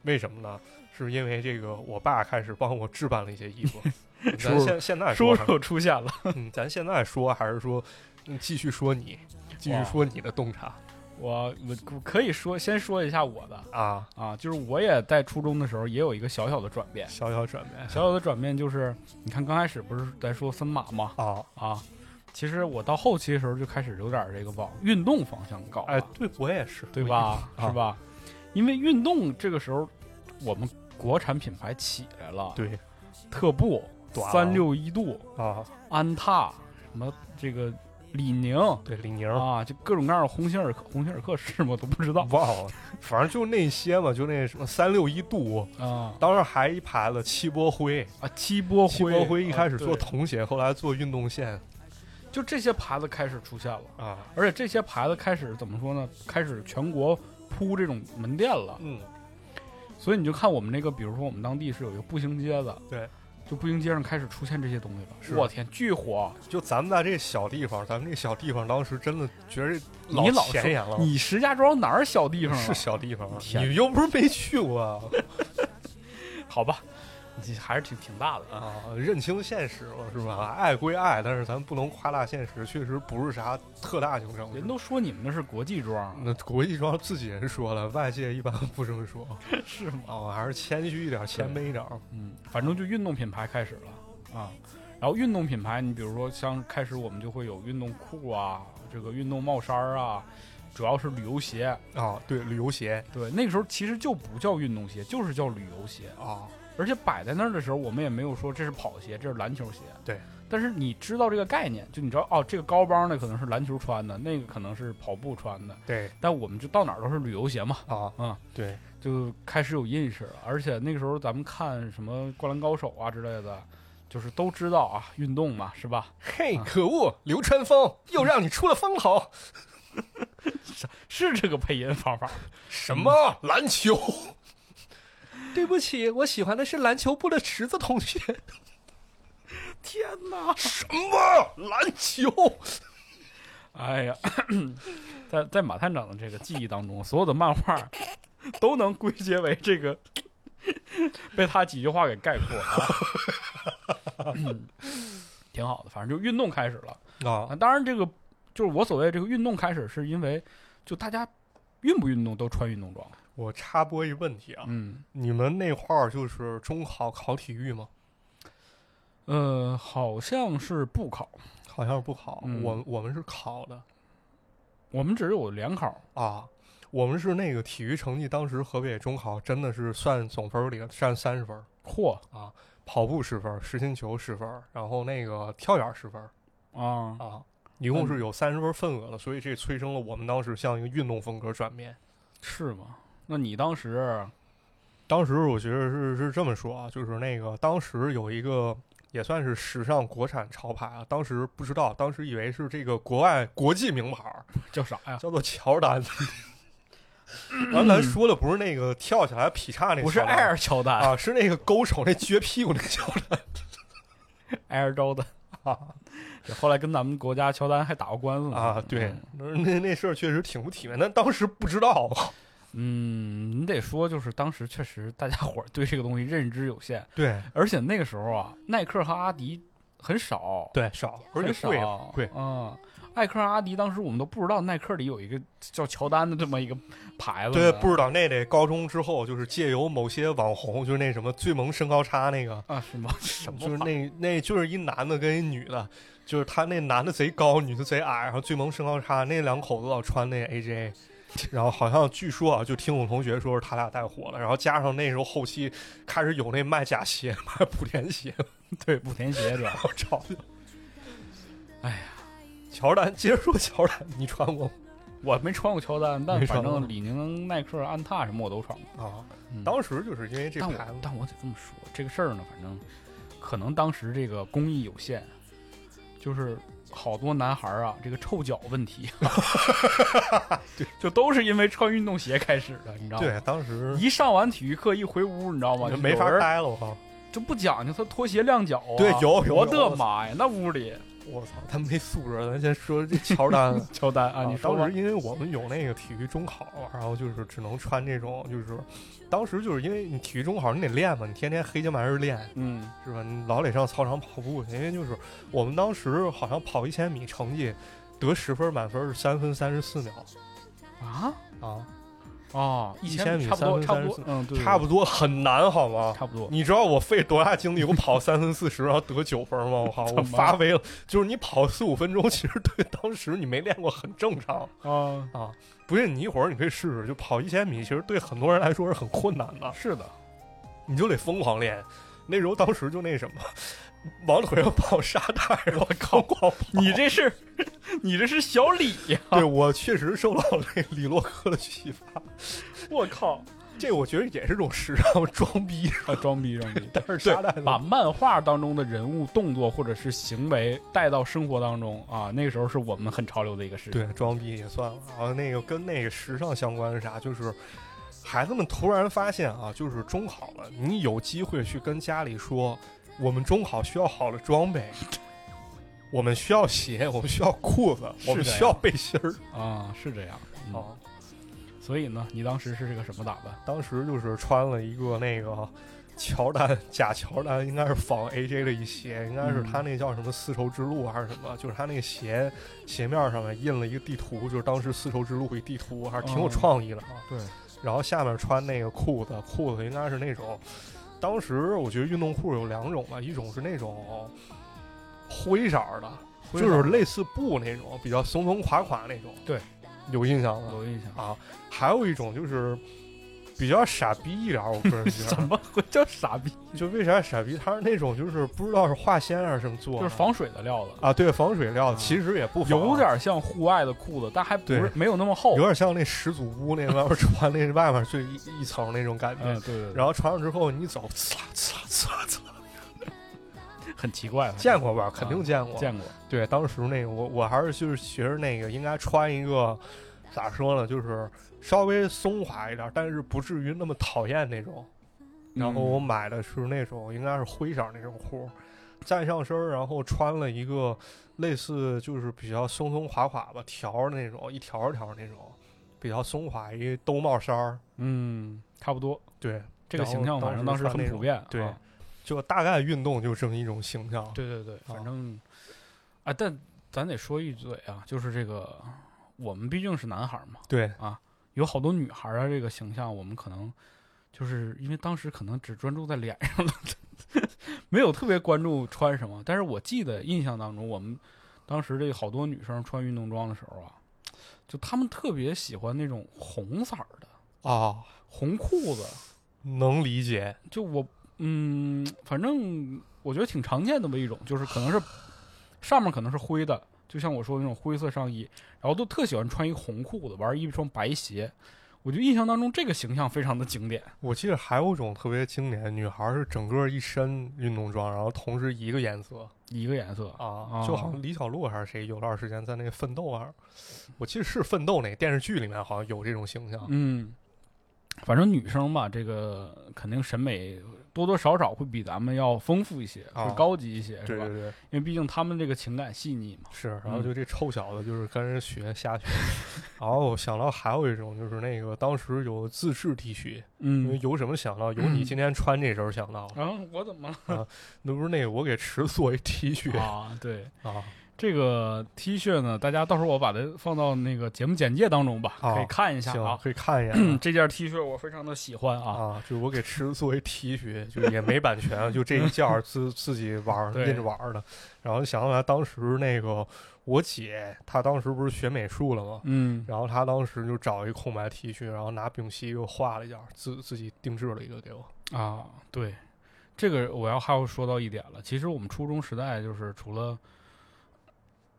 B: 为什么呢？是因为这个我爸开始帮我置办了一些衣 服。咱
A: 叔
B: 现现在说
A: 叔
B: 还，
A: 叔出现了，
B: 嗯，咱现在说还是说，嗯继续说你，继续
A: 哇
B: 说你的洞察
A: 我我可以说先说一下我的
B: 啊，
A: 啊，就是我也在初中的时候也有一个小小的转变，
B: 小小转变
A: 小小的转变就是，你看刚开始不是在说森马吗？
B: 啊，
A: 啊，其实我到后期的时候就开始有点这个往运动方向搞了，
B: 哎，对我也是，
A: 对
B: 我也
A: 吧？
B: 啊
A: 是吧？因为运动这个时候，我们国产品牌起来了，
B: 对
A: 特步、
B: 短
A: 三六一度、
B: 啊，
A: 安踏，什么这个李宁
B: 对李宁、
A: 啊，就各种各样的鸿星尔克，鸿星尔克是吗？都不知道
B: 忘了，反正就那些嘛，就那什么三六一度，
A: 啊
B: 当时还一牌子七波辉，
A: 啊！七波
B: 七
A: 辉，
B: 波辉一
A: 啊
B: 开始做
A: 对
B: 童鞋，后来做运动线
A: 就这些牌子开始出现了。
B: 啊，
A: 而且这些牌子开始怎么说呢？开始全国铺这种门店了，
B: 嗯，
A: 所以你就看我们那个，比如说我们当地是有一个步行街的，
B: 对，
A: 就步行街上开始出现这些东西
B: 是
A: 了。我天，巨火！
B: 就咱们在这小地方，咱们这小地方当时真的觉得
A: 你老说
B: 前沿了，
A: 你石家庄哪儿小地方啊
B: 是
A: 了？
B: 小地方吗，
A: 天
B: 你又不是没去过啊
A: 好吧，你还是挺挺大的。
B: 啊，认清现实了是吧？爱归爱，但是咱不能夸大现实，确实不是啥特大型城市啊
A: 人。都说你们那是国际庄，
B: 那国际庄自己人说了，外界一般不这么说。
A: 是吗？
B: 哦， 还是谦虚一点，谦卑一点。
A: 嗯，反正就运动品牌开始了啊。然后运动品牌，你比如说像开始我们就会有运动裤啊，这个运动帽衫儿啊，主要是旅游鞋。
B: 啊，对，旅游鞋
A: 对，那个时候其实就不叫运动鞋，就是叫旅游鞋。
B: 啊，
A: 而且摆在那儿的时候，我们也没有说这是跑鞋，这是篮球鞋。
B: 对，
A: 但是你知道这个概念，就你知道哦，这个高帮的可能是篮球穿的，那个可能是跑步穿的，
B: 对
A: 但我们就到哪儿都是旅游鞋嘛，
B: 啊，
A: 啊，
B: 对，
A: 就开始有认识了。而且那个时候咱们看什么《灌篮高手》啊之类的，就是都知道啊，运动嘛，是吧？
B: 嘿，可恶，流川枫又让你出了风头，
A: 是这个配音方法。
B: 什么篮球？嗯对不起，我喜欢的是篮球部的池子同学。
A: 天哪！
B: 什么篮球？
A: 哎呀， 在在马探长的这个记忆当中，所有的漫 画都能归结为这个， 被他几句话给概括了、嗯 挺好的，反正就运动开始了。
B: 啊
A: 啊，当然这个就是我所谓这个运动开始，是因为就大家运不运动都穿运动装，
B: 我插播一问题啊，
A: 嗯，
B: 你们那会儿就是中考考体育吗？
A: 呃，好像是不考，
B: 好像是不考，
A: 嗯
B: 我我们是考的
A: 我们只有联考，
B: 啊。我们是那个体育成绩，当时河北中考真的是算总分儿里占三十分儿，
A: 嚯
B: 跑步十分儿，实心球十分儿，然后那个跳远十分儿
A: 啊，
B: 啊，一共是有三十分份额的，所以这催生了我们当时向一个运动风格转变。
A: 是吗？那你当时
B: 当时我觉得是是这么说啊，就是那个当时有一个也算是时尚国产潮牌啊，当时不知道，当时以为是这个国外国际名牌儿，
A: 叫啥呀？
B: 叫做乔丹。 咱咱说的不是那个跳起来劈叉那乔丹，
A: 不是埃尔乔丹，
B: 啊，是那个勾手那撅屁股那个乔丹。
A: 埃尔招的。 这后来跟咱们国家乔丹还打过官司呢
B: 啊，对，
A: 嗯
B: 那那事儿确实挺不体面，但当时不知道啊。
A: 嗯，你得说，就是当时确实大家伙儿对这个东西认知有限，
B: 对
A: 而且那个时候啊，耐克和阿迪很少，
B: 对，少，而且
A: 很少
B: 贵啊贵。
A: 嗯，耐克、阿迪当时我们都不知道耐克里有一个叫乔丹的这么一个牌子
B: 对
A: 呢，，
B: 不知道那得高中之后，就是借由某些网红，就是那什么最萌身高差那个，
A: 啊？是吗？什么
B: 就是
A: 牌
B: 那那就是一男的跟一女的，就是他那男的贼高，女的贼矮，然后最萌身高差，那两口子老穿那 AJ，然后好像据说啊，就听我同学说是他俩带火了，然后加上那时候后期开始有那卖假鞋、 卖莆田鞋，
A: 对莆田鞋主要
B: 我操！
A: 哎
B: 呀，乔丹，接着说乔丹，你穿过吗？
A: 我没穿过乔丹，但
B: 没
A: 反
B: 穿过
A: 正李宁、耐克、安踏什么我都穿过。
B: 啊，
A: 嗯
B: 当时就是因为这
A: 但
B: 牌
A: 我
B: 子
A: 但我得这么说，这个事儿呢，反正可能当时这个工艺有限，就是好多男孩儿啊，这个臭脚问 题，对，就都是因为穿运动鞋开始的，你知道吗？
B: 对，当时
A: 一上完体育课一回屋，你知道吗？就
B: 没
A: 有
B: 法
A: 人
B: 待了，我靠！
A: 就不讲究，他拖鞋晾脚啊。
B: 对有有
A: 我
B: 有
A: 的妈呀，那屋里
B: 我操，他没素质。咱先说这乔丹，
A: 乔丹 啊，你说吧
B: 当时。因为我们有那个体育中考，然后就是只能穿这种，就是当时就是因为你体育中考你得练嘛，你天天黑天白日练
A: 嗯，
B: 是吧？你老得上操场跑步去，因为就是我们当时好像跑一千米成绩得十分满分是三分三十四秒
A: 啊
B: 啊，
A: 哦，一
B: 千米
A: 差不多，
B: 3分
A: 差不多，嗯，对，
B: 差不
A: 多，
B: 多很难好吗？
A: 差不多。
B: 你知道我费多大精力，我跑三分四十，然后得九分吗？我靠，
A: 怎
B: 我
A: 么
B: 发威了。就是你跑四五分钟，其实对当时你没练过很正常。
A: 啊，
B: 不信你一会儿你可以试试，就跑一千米，其实对很多人来说是很困 难的，
A: 啊是的，
B: 你就得疯狂练。那时候当时就那什么， 往腿上跑沙袋，我靠，狂跑
A: 你这是， 你这是小李呀！
B: 对我确实受到了那李洛克的启发，
A: 我靠，
B: 这我觉得也是种时尚装逼，
A: 啊，装逼 装逼。
B: 但是沙袋
A: 把
B: 呢
A: 漫画当中的人物动作或者是行为带到生活当中啊，那个时候是我们很潮流的一个事情。
B: 对装逼也算了。然后那个跟那个时尚相关的啥，就是孩子们突然发现啊，就是中考了，你有机会去跟家里说，我们中考需要好的装备，我们需要鞋，我们需要裤子，
A: 是
B: 我们
A: 这样
B: 需要背心儿。
A: 啊，是这样。嗯
B: 啊，
A: 所以呢，你当时是个什么打扮？
B: 当时就是穿了一个那个乔丹假乔丹，应该是仿 AJ 的一鞋，应该是
A: 嗯
B: 他那叫什么丝绸之路还是什么，就是他那个鞋鞋面上面印了一个地图，就是当时丝绸之路一地图，还是挺有
A: 哦
B: 创意的啊。
A: 对，
B: 然后下面穿那个裤子，裤子应该是那种，当时我觉得运动裤有两种吧，一种是那种灰色儿的，
A: 灰色
B: 就
A: 儿
B: 是类似布那种，比较松松垮垮那种。
A: 对，
B: 有印象吗？
A: 有印象。
B: 还有一种就是比较傻逼一点儿，我个人觉
A: 怎
B: 得。
A: 么会叫傻逼？
B: 就为啥傻逼？他是那种就是不知道是化纤还是什么做
A: 就
B: 的，
A: 是防水的料子，
B: 啊，对，防水料
A: 啊
B: 其实也不防
A: 有点像户外的裤子，但还不是
B: 对
A: 没有那么厚
B: 有。点像那始祖屋那外面穿那外面最一一层那种感觉。
A: 嗯，对对对，
B: 然后穿上之后，你走，呲啦呲啦呲啦呲啦，
A: 很奇怪，啊
B: 见过吧？肯定见过。
A: 见过，
B: 对，当时那个我我还是就是学着那个应该穿一个，咋说呢，就是稍微松垮一点，但是不至于那么讨厌那种。然后我
A: 嗯
B: 买的是那种应该是灰色那种裤，站上身儿，然后穿了一个类似就是比较松松垮垮吧条儿那种，一条儿一条儿那种，比较松垮一兜帽衫儿，
A: 嗯，差不多。
B: 对，
A: 这个
B: 然后
A: 形象反正当时
B: 穿
A: 很
B: 那
A: 普
B: 种
A: 遍，
B: 对
A: 啊
B: 就大概运动就这么一种形象。
A: 对对对，反正哦啊，但咱得说一嘴啊，就是这个我们毕竟是男孩儿嘛，
B: 对
A: 有好多女孩儿啊，这个形象我们可能就是因为当时可能只专注在脸上了， 没有特别关注穿什么。但是我记得印象当中，我们当时这个好多女生穿运动装的时候啊，就她们特别喜欢那种红色儿的
B: 啊，
A: 红裤子，
B: 能理解。
A: 就我嗯，反正我觉得挺常见的吧，一种就是可能是上面可能是灰的，就像我说的那种灰色上衣，然后都特喜欢穿一个红裤子，玩一双白鞋。我就印象当中这个形象非常的经典，
B: 我记得还有一种特别经典，女孩儿是整个一身运动装，然后同时一个颜色
A: 一个颜色哦
B: 啊，就好像李小璐还是谁有段时间在那个《奋斗》啊，我记得是《奋斗》那电视剧里面好像有这种形象。
A: 嗯，反正女生吧，这个肯定审美多多少少会比咱们要丰富一些，
B: 啊
A: 会高级一些，
B: 对
A: 是吧
B: 对？对，
A: 因为毕竟他们这个情感细腻嘛。
B: 是，然
A: 嗯
B: 后就这臭小子就是跟人学瞎学， 然后我想到还有一种就是那个当时有自制 T 恤，因为
A: 嗯，
B: 有什么想到，有你今天穿这身想到，
A: 然后我怎么
B: 那不是那个我给池子做一 T 恤
A: 了啊？对，
B: 啊，
A: 这个 T 恤呢，大家到时候我把它放到那个节目简介当中吧，
B: 啊
A: 可以看一下
B: 行
A: 啊。
B: 可以看一 眼
A: 这件 T 恤我非常的喜欢啊，
B: 啊，就是我给池子做一 T 恤，就是也没版权，啊就这一件儿自自己玩儿
A: 对
B: 印着玩儿的，然后想起来当时那个我姐她当时不是学美术了吗？
A: 嗯，
B: 然后她当时就找一空白 T 恤，然后拿丙烯给我画了一件儿，自自己定制了一个给我。
A: 啊，对，这个我要还要说到一点了。其实我们初中时代就是除了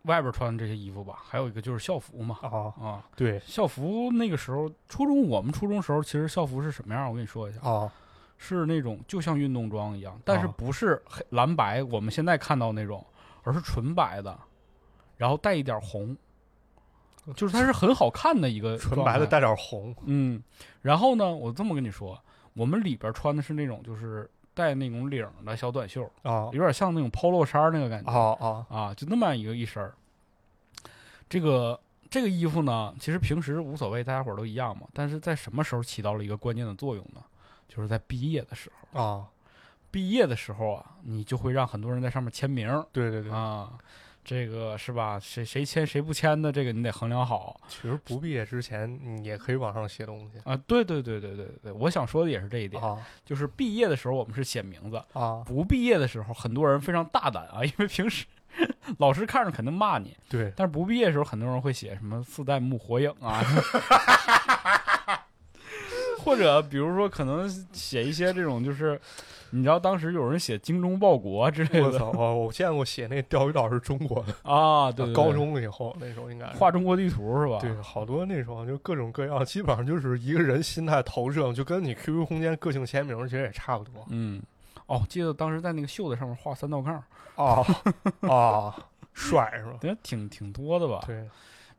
A: 外边穿这些衣服吧，还有一个就是校服嘛。
B: 啊，
A: 啊，
B: 对
A: 校服那个时候，初中我们初中时候其实校服是什么样？我跟你说一下，
B: 啊，
A: 是那种就像运动装一样，但是
B: 啊
A: 不是黑蓝白我们现在看到那种，而是纯白的，然后带一点红，就是它是很好看的一个
B: 嗯纯
A: 状
B: 白的
A: 态
B: 带点红
A: 嗯，然后呢，我这么跟你说，我们里边穿的是那种就是带那种领儿的小短袖，
B: 啊
A: 有点像那种 polo 衫儿那个感觉
B: 啊啊
A: 啊，就那么样一个一身儿。这个这个衣服呢，其实平时无所谓，大家伙儿都一样嘛。但是在什么时候起到了一个关键的作用呢？就是在毕业的时候。
B: 啊！
A: 毕业的时候啊，你就会让很多人在上面签名儿
B: 对对对，
A: 啊，这个是吧？谁谁签谁不签的，这个你得衡量好。
B: 其实不毕业之前你也可以往上写东西
A: 啊，对对对对对对，我想说的也是这一点，
B: 啊
A: 就是毕业的时候我们是写名字，
B: 啊！
A: 不毕业的时候很多人非常大胆啊， 因为平时老师看着肯定骂你，
B: 对，
A: 但是不毕业的时候很多人会写什么四代目火影啊， 或者比如说可能写一些这种就是，你知道当时有人写精忠报国啊之类
B: 我
A: 的
B: 操，我我见过写那钓鱼岛是中国的，
A: 啊，对对对
B: 高中了以后那时候应该是
A: 画中国地图是吧？
B: 哎对，好多那种就各种各样，基本上就是一个人心态投射，就跟你 QQ 空间个性签名其实也差不 多
A: 嗯，哦，记得当时在那个袖子上面画三道杠，
B: 啊啊，帅是吧？
A: 觉挺挺多的吧？
B: 对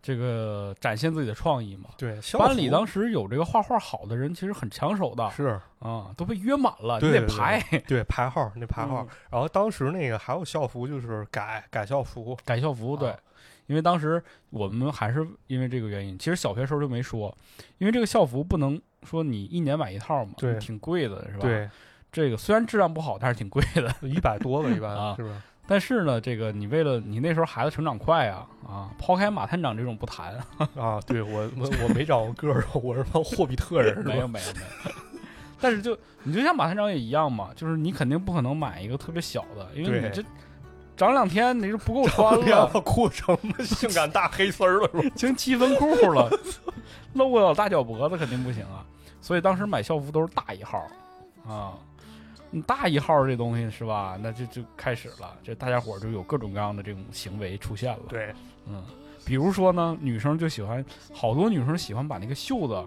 A: 这个展现自己的创意嘛。
B: 对，校
A: 班里
B: 服
A: 当时有这个画画好的人，其实很抢手的
B: 是
A: 啊，都被约满了，你
B: 对
A: 得
B: 对对
A: 排
B: 对排号那排
A: 嗯
B: 号，然后当时那个还有校服，就是改改校服，
A: 改校服。对
B: 啊，
A: 因为当时我们还是因为这个原因，其实小学时候就没说，因为这个校服不能说你一年买一套嘛，
B: 对
A: 挺贵的是吧？，
B: 对，
A: 这个虽然质量不好，但是挺贵的。
B: 一百多吧，一
A: 啊
B: 般是不是？
A: 但是呢，这个你为了你那时候孩子成长快啊啊，抛开马探长这种不谈，
B: 啊，对我我我没长过个儿，我是帮霍比特人是
A: 没有
B: 吧？
A: 没有没有。但是就你就像马探长也一样嘛，就是你肯定不可能买一个特别小的，因为
B: 对
A: 你这长两天你就不够穿
B: 穿
A: 了
B: 了，裤成性感大黑丝儿了是吧？
A: 成七分裤了，露个老大脚脖子肯定不行啊。所以当时买校服都是大一号啊。你大一号这东西是吧？那就就开始了，这大家伙儿就有各种各样的这种行为出现了。
B: 对，
A: 嗯，比如说呢，女生就喜欢，好多女生喜欢把那个袖子，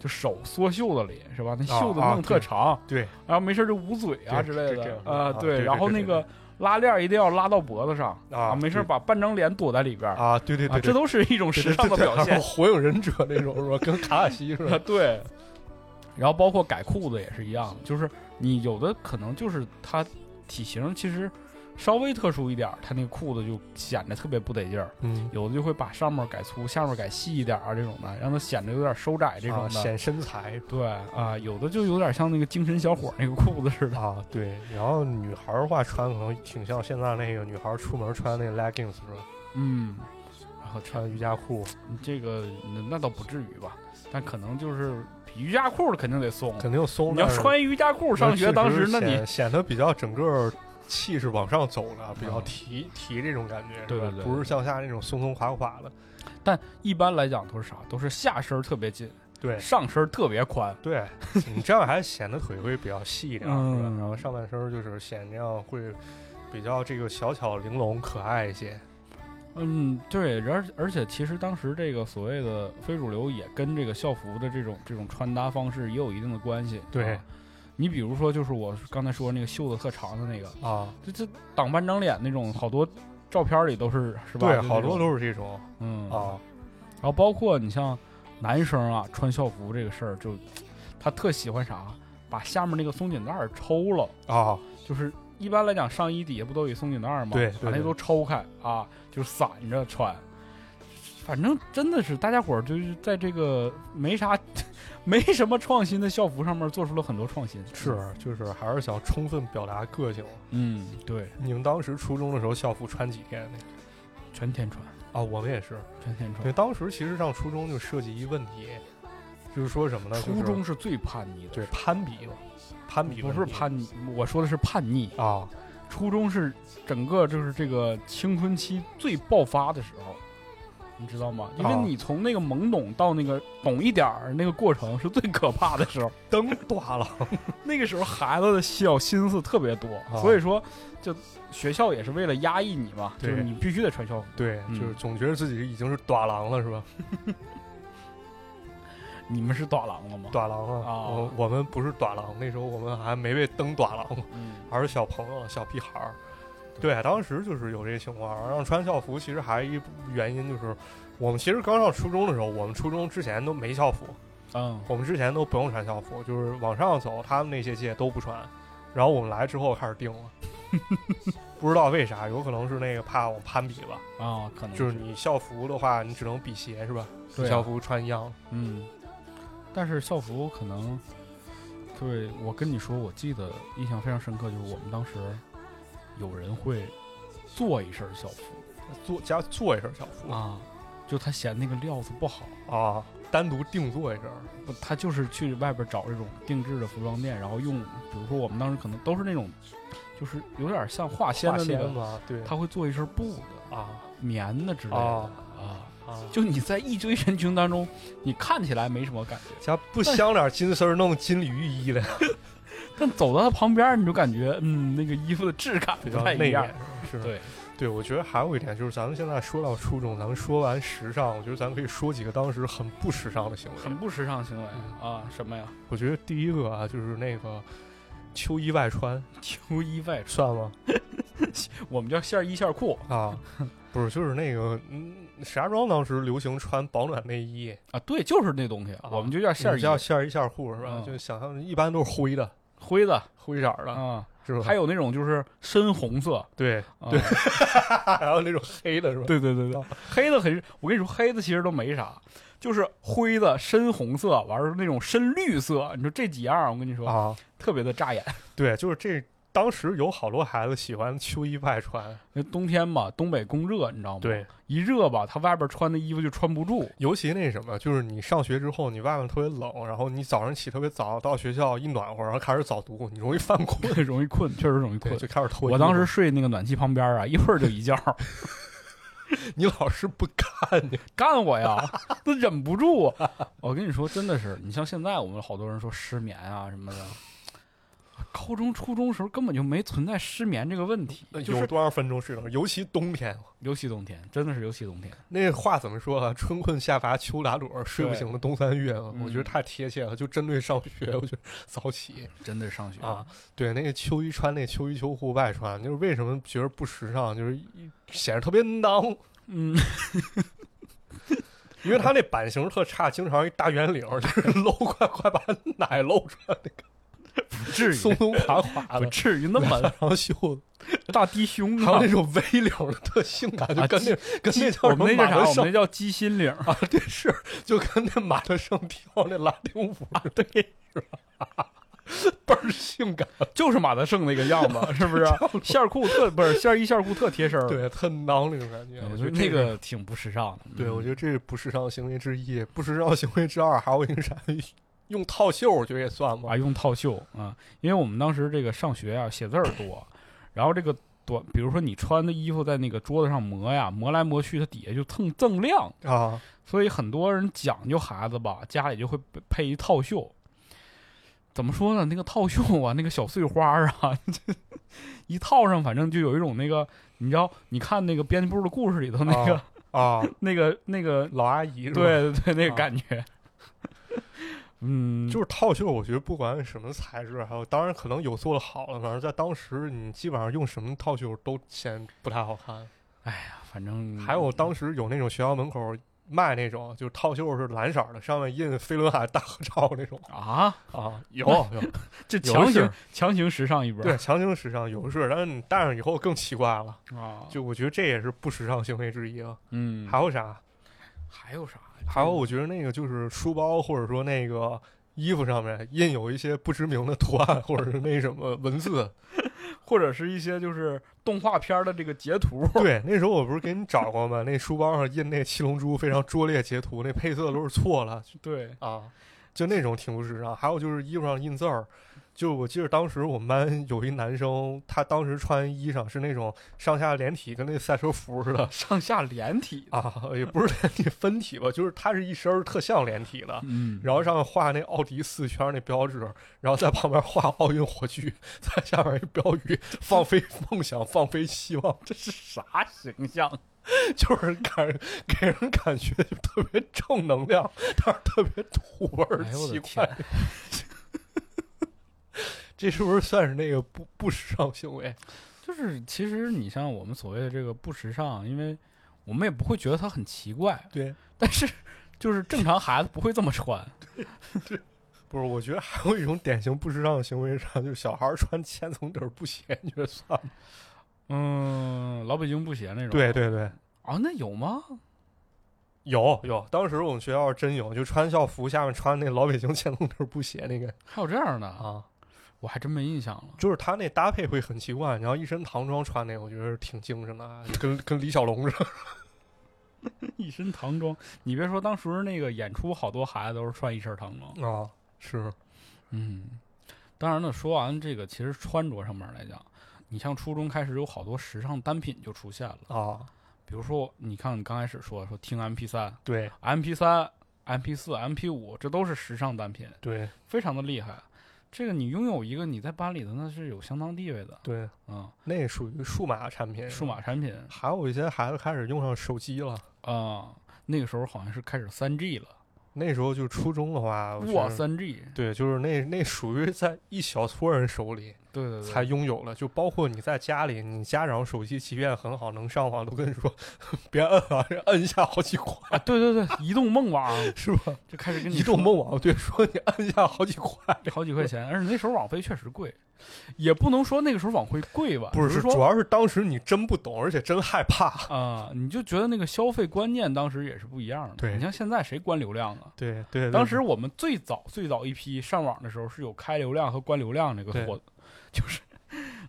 A: 就手缩袖子里是吧？那袖子
B: 啊
A: 弄特
B: 对
A: 长，
B: 对，
A: 然后没事儿就捂嘴啊
B: 对
A: 之类
B: 是这
A: 的
B: 样的
A: 啊
B: 啊，对对
A: 然后
B: 对对
A: 那个拉链儿一定要拉到脖子上
B: 啊
A: 没事儿
B: 对
A: 把半张脸躲在里边儿
B: 啊，对对
A: 啊，
B: 对，
A: 这都是一种时尚的表 现。
B: 火影忍者那种是吧？跟卡卡西似
A: 啊，
B: 的。
A: 对。然后包括改裤子也是一样，就是你有的可能就是它体型其实稍微特殊一点儿，它那个裤子就显得特别不得劲儿。
B: 嗯，
A: 有的就会把上面改粗，下面改细一点儿啊，这种的，让它显得有点收窄这种
B: 啊
A: 的。
B: 显身材
A: 对啊，有的就有点像那个精神小伙儿那个裤子似的。
B: 啊，对。然后女孩儿的话穿可能挺像现在那个女孩儿出门穿那 leggings 是吧？
A: 嗯，
B: 然后穿瑜伽裤，
A: 这个那那倒不至于吧，但可能就是比瑜伽裤的肯定得松。
B: 肯定松。
A: 你要
B: 但是
A: 穿瑜伽裤上学，当时那
B: 确
A: 你
B: 显显得比较整个气势往上走了，比较
A: 嗯
B: 提提这种感觉，是
A: 对
B: 吧
A: 对对
B: 不是向下那种松松垮垮的。
A: 但一般来讲都是啥，都是下身儿特别紧，
B: 对
A: 上身儿特别宽。
B: 对，你这样还显得腿会比较细一点，是吧
A: 嗯？
B: 然后上半身儿就是显这样会比较这个小巧玲珑、可爱一些。
A: 嗯，对，而而且其实当时这个所谓的非主流也跟这个校服的这种这种穿搭方式也有一定的关系。
B: 对
A: 啊你比如说就是我刚才说那个袖子特长的那个，
B: 啊，
A: 这这挡半张脸那种，好多照片里都是是吧？
B: 对，
A: 就那
B: 好多
A: 种
B: 都是这种
A: 嗯
B: 啊，
A: 然后包括你像男生啊，穿校服这个事儿，就他特喜欢啥，把下面那个松紧带儿抽了，
B: 啊，
A: 就是一般来讲上衣底下不都有松紧带儿吗？
B: 对
A: 把
B: 对
A: 那
B: 对
A: 都抽开啊，就是散着穿。反正真的是大家伙儿就是在这个没啥、 没什么创新的校服上面做出了很多创新。
B: 是，就是还是想充分表达个性。
A: 嗯，对，
B: 你们当时初中的时候校服穿几天呢？
A: 全天穿，
B: 啊，我们也是。
A: 全天穿
B: 对，。当时其实上初中就涉及一问题，就是说什么呢？就是
A: 初中是最叛逆的，
B: 对攀比嘛，攀比
A: 不是
B: 问题
A: 叛逆，我说的是叛逆。
B: 啊
A: 初中是整个就是这个青春期最爆发的时候，你知道吗？因为
B: 啊
A: 你从那个懵懂到那个懂一点儿，那个过程是最可怕的时候。
B: 灯断了
A: 那个时候孩子的小心思特别多，
B: 啊
A: 所以说就学校也是为了压抑你嘛，就
B: 对
A: 是你必须得穿校服。
B: 对，
A: 嗯啊
B: 就是总觉得自己已经是短郎了，是吧？
A: 你们是短廊了吗？
B: 短郎啊，
A: 啊
B: 我我们不是短郎，那时候我们还没被登短郎，
A: 嗯，
B: 还是小朋友、小屁孩儿。对，当时就是有这个情况，让穿校服，其实还一原因就是，我们其实刚上初中的时候，我们初中之前都没校服，
A: 嗯，
B: 我们之前都不用穿校服，就是往上走，他们那些届都不穿，然后我们来之后开始定 了，不知道为啥，有可能是那个怕我攀比吧，
A: 啊，可能
B: 就是你校服的话，你只能比鞋是吧？
A: 对啊
B: 校服穿一样，
A: 嗯，但是校服可能，对我跟你说，我记得印象非常深刻，就是我们当时有人会做一身校服
B: 做加做一身校服
A: 啊，就他嫌那个料子不好，
B: 啊，单独定做一身，
A: 不，他就是去外边找这种定制的服装店，然后用，比如说我们当时可能都是那种，就是有点像化纤
B: 花
A: 啊的那
B: 仙
A: 个，
B: 嘛，对，
A: 他会做一身布的、
B: 啊
A: 棉的之类的
B: 啊
A: 啊。
B: 啊，
A: 就你在一堆人群当中，你看起来没什么感觉，
B: 加不镶点金丝儿，弄金缕衣 的，
A: 但走到他旁边儿，你就感觉，嗯，那个衣服的质感
B: 比
A: 不
B: 较
A: 太
B: 内
A: 一样
B: 敛。，是
A: 对，
B: 对，我觉得还有一点就是，咱们现在说到初中，咱们说完时尚，我觉得咱可以说几个当时很不时尚的行为。
A: 很不时尚行为
B: 嗯
A: 啊！什么呀？
B: 我觉得第一个啊，就是那个秋衣外穿，
A: 秋衣外穿，
B: 算 吗？
A: 我们叫线衣线裤
B: 啊，不是，就是那个，嗯，石家庄当时流行穿保暖内衣，
A: 啊，对，就是那东西，
B: 啊
A: 我们就叫
B: 你们
A: 线衣
B: 叫线儿衣线儿裤是吧？
A: 嗯
B: 就想象一般都是灰的，
A: 灰的
B: 灰色儿的，
A: 啊，
B: 是吧？
A: 还有那种就是深红色，
B: 对，
A: 啊
B: 对还有那种黑的是吧？
A: 对对对对，黑的很，我跟你说，黑的其实都没啥，就是灰的、深红色，完了那种深绿色，你说这几样，我跟你说，
B: 啊，
A: 特别的扎眼。
B: 对，就是这。当时有好多孩子喜欢秋衣外穿，
A: 那冬天嘛，东北供热，你知道吗？
B: 对，
A: 一热吧，他外边穿的衣服就穿不住。
B: 尤其那什么，就是你上学之后，你外面特别冷，然后你早上起特别早，到学校一暖和，然后开始早读，你容易犯 困，
A: 容易困，确实容易困
B: 对，。就开始脱衣服。
A: 我当时睡那个暖气旁边啊，一会儿就一觉。
B: 你老是不干 你，
A: 干我呀，都忍 不住啊！我跟你说，真的是，你像现在我们好多人说失眠啊什么的，高中、初中时候根本就没存在失眠这个问题，就
B: 呃有
A: 是
B: 多少分钟睡着？尤其冬天，
A: 尤其冬天，真的是尤其冬天。
B: 那话怎么说啊？春困夏乏秋打盹，睡不醒的冬三月啊，
A: 嗯
B: 我觉得太贴切了。就针对上学，我觉得早起
A: 真的是上学
B: 啊，，对那个秋衣穿那秋衣秋裤外穿，就是为什么觉得不时尚，就是一显得特别孬，
A: 嗯，
B: 因为它那版型特差，经常一大圆领，就是露快快把奶露出来，
A: 不至 于，
B: 松松垮垮
A: 不
B: 的，
A: 至于 那么
B: 然后袖子。
A: 大低胸
B: 还有那种 V 领儿的特性感，就
A: 啊
B: 跟那跟那
A: 我
B: 叫什么
A: 们那叫
B: 马德
A: 啥？我们那
B: 胜
A: 叫鸡心领。
B: 啊，对是，就跟那马德胜跳那拉丁舞
A: 啊
B: 似的，对，是吧？ 倍儿性感，
A: 就是马德胜那个样 子，是不是？线裤特不是线衣线裤特贴身儿，
B: 对，特囊那种感觉。我觉得
A: 哎嗯那
B: 这
A: 个，挺不时尚的。
B: 对
A: 嗯
B: 我觉得这是不时尚行为之一，不时尚行为之二，还有一个啥？ 用套袖，我觉得也算吧
A: 啊，。用套袖啊，因为我们当时这个上学啊，写字儿多，然后这个短，比如说你穿的衣服在那个桌子上磨呀，磨来磨去，它底下就蹭锃亮，
B: 啊，
A: 所以很多人讲究孩子吧，家里就会配配一套袖。怎么说呢？那个套袖啊，那个小碎花儿啊， 一套上，反正就有一种那个，你知道，你看那个编辑部的故事里头那个、
B: 啊啊，
A: 那个、那个，
B: 老阿姨是吧？，
A: 对对对，那个
B: 啊
A: 感觉， 嗯，
B: 就是套袖，我觉得不管是什么材质，还有当然可能有做的好了，反正在当时你基本上用什么套袖都显不太好看。
A: 反正
B: 还有
A: 嗯
B: 当时有那种学校门口卖那种，就是套袖是蓝色儿的，上面印飞轮海大合照那种
A: 啊，
B: 啊，有
A: 有
B: 有，
A: 这
B: 有
A: 强
B: 是
A: 行强行时尚一波，
B: 对，强行时尚有是，但是你戴上以后更奇怪了，
A: 啊，
B: 就我觉得这也是不时尚行为之一啊。
A: 嗯，
B: 还有啥？
A: 还有啥？
B: 还有我觉得那个就是书包或者说那个。衣服上面印有一些不知名的图案，或者是那什么文字。
A: 或者是一些就是动画片儿的这 个截图，
B: 对，那时候 我不是给你找过吗？那书包上印那七龙珠非常拙劣截图，那配色都是错了，
A: 对，
B: 啊，就那种挺不时尚。还有就是衣服上印字儿，就我记得当时我们班有一男生，他当时穿衣裳是那种上下连体，跟那赛车服似的
A: 上下连体，
B: 啊，也不是连体分体吧，就是他是一身儿特像连体的。
A: 嗯
B: 然后上面画那奥迪四圈那标志，然后在旁边画奥运火炬，在下面一标语“放飞梦想，放飞希望”，这是
A: 啥形象？
B: 就是感给人感觉就特别正能量，但是特别土味儿、
A: 哎呦我
B: 奇
A: 的
B: 怪
A: 天。
B: 这是不是算是那个不不时尚行为？
A: 就是其实你像我们所谓的这个不时尚，因为我们也不会觉得它很奇怪，
B: 对，
A: 但是就是正常孩子不会这么穿，
B: 不是，我觉得还有一种典型不时尚的行为是啥，就是小孩儿穿千层底儿布鞋，你觉得算吗？
A: 嗯，老北京布鞋那种，
B: 对对对，
A: 啊，那有吗？
B: 有有，当时我们学校真有，就穿校服下面穿那老北京千层底儿布鞋那个
A: 还有这样的，
B: 啊，
A: 我还真没印象了。
B: 就是他那搭配会很奇怪，然后一身唐装穿那个，我觉得挺精神的啊，就跟跟李小龙似的。
A: 一身唐装，你别说，当时那个演出好多孩子都是穿一身唐装。
B: 啊，是，
A: 嗯，当然了，说完这个，其实穿着上面来讲，你像初中开始有好多时尚单品就出现了，
B: 啊，
A: 比如说，你看你刚开始说说听 MP 三、
B: 对
A: MP 三、MP 四、MP 五，这都是时尚单品，
B: 对
A: 非常的厉害。这个你拥有一个，你在班里头那是有相当地位的，
B: 对，
A: 嗯，
B: 那属于数码产品，
A: 数码。产品，
B: 还有一些孩子开始用上手机了，
A: 啊、那个时候好像是开始三 G 了，
B: 那时候就初中的话，我觉
A: 哇，
B: 得，
A: 三 G，
B: 对，就是那那属于在一小撮人手里
A: 对对对，
B: 才拥有了，就包括你在家里，你家长手机即便很好能上网，都跟你说别摁啊，这摁一下好几 块，
A: 啊，对对对，移动梦网
B: 是吧？
A: 就开始跟你
B: 移动
A: 说
B: 梦网对，说你摁一下好几块，
A: 好几块钱，而且那时候网费确实贵，也不能说那个时候网费贵吧，
B: 不
A: 只
B: 是，主
A: 说
B: 要是当时你真不懂，而且真害怕。
A: 啊、你就觉得那个消费观念当时也是不一样的。
B: 对
A: 你像现在谁关流量啊？
B: 对对，
A: 当时我们最早最早一批上网的时候是有开流量和关流量这个
B: 对
A: 活，就是，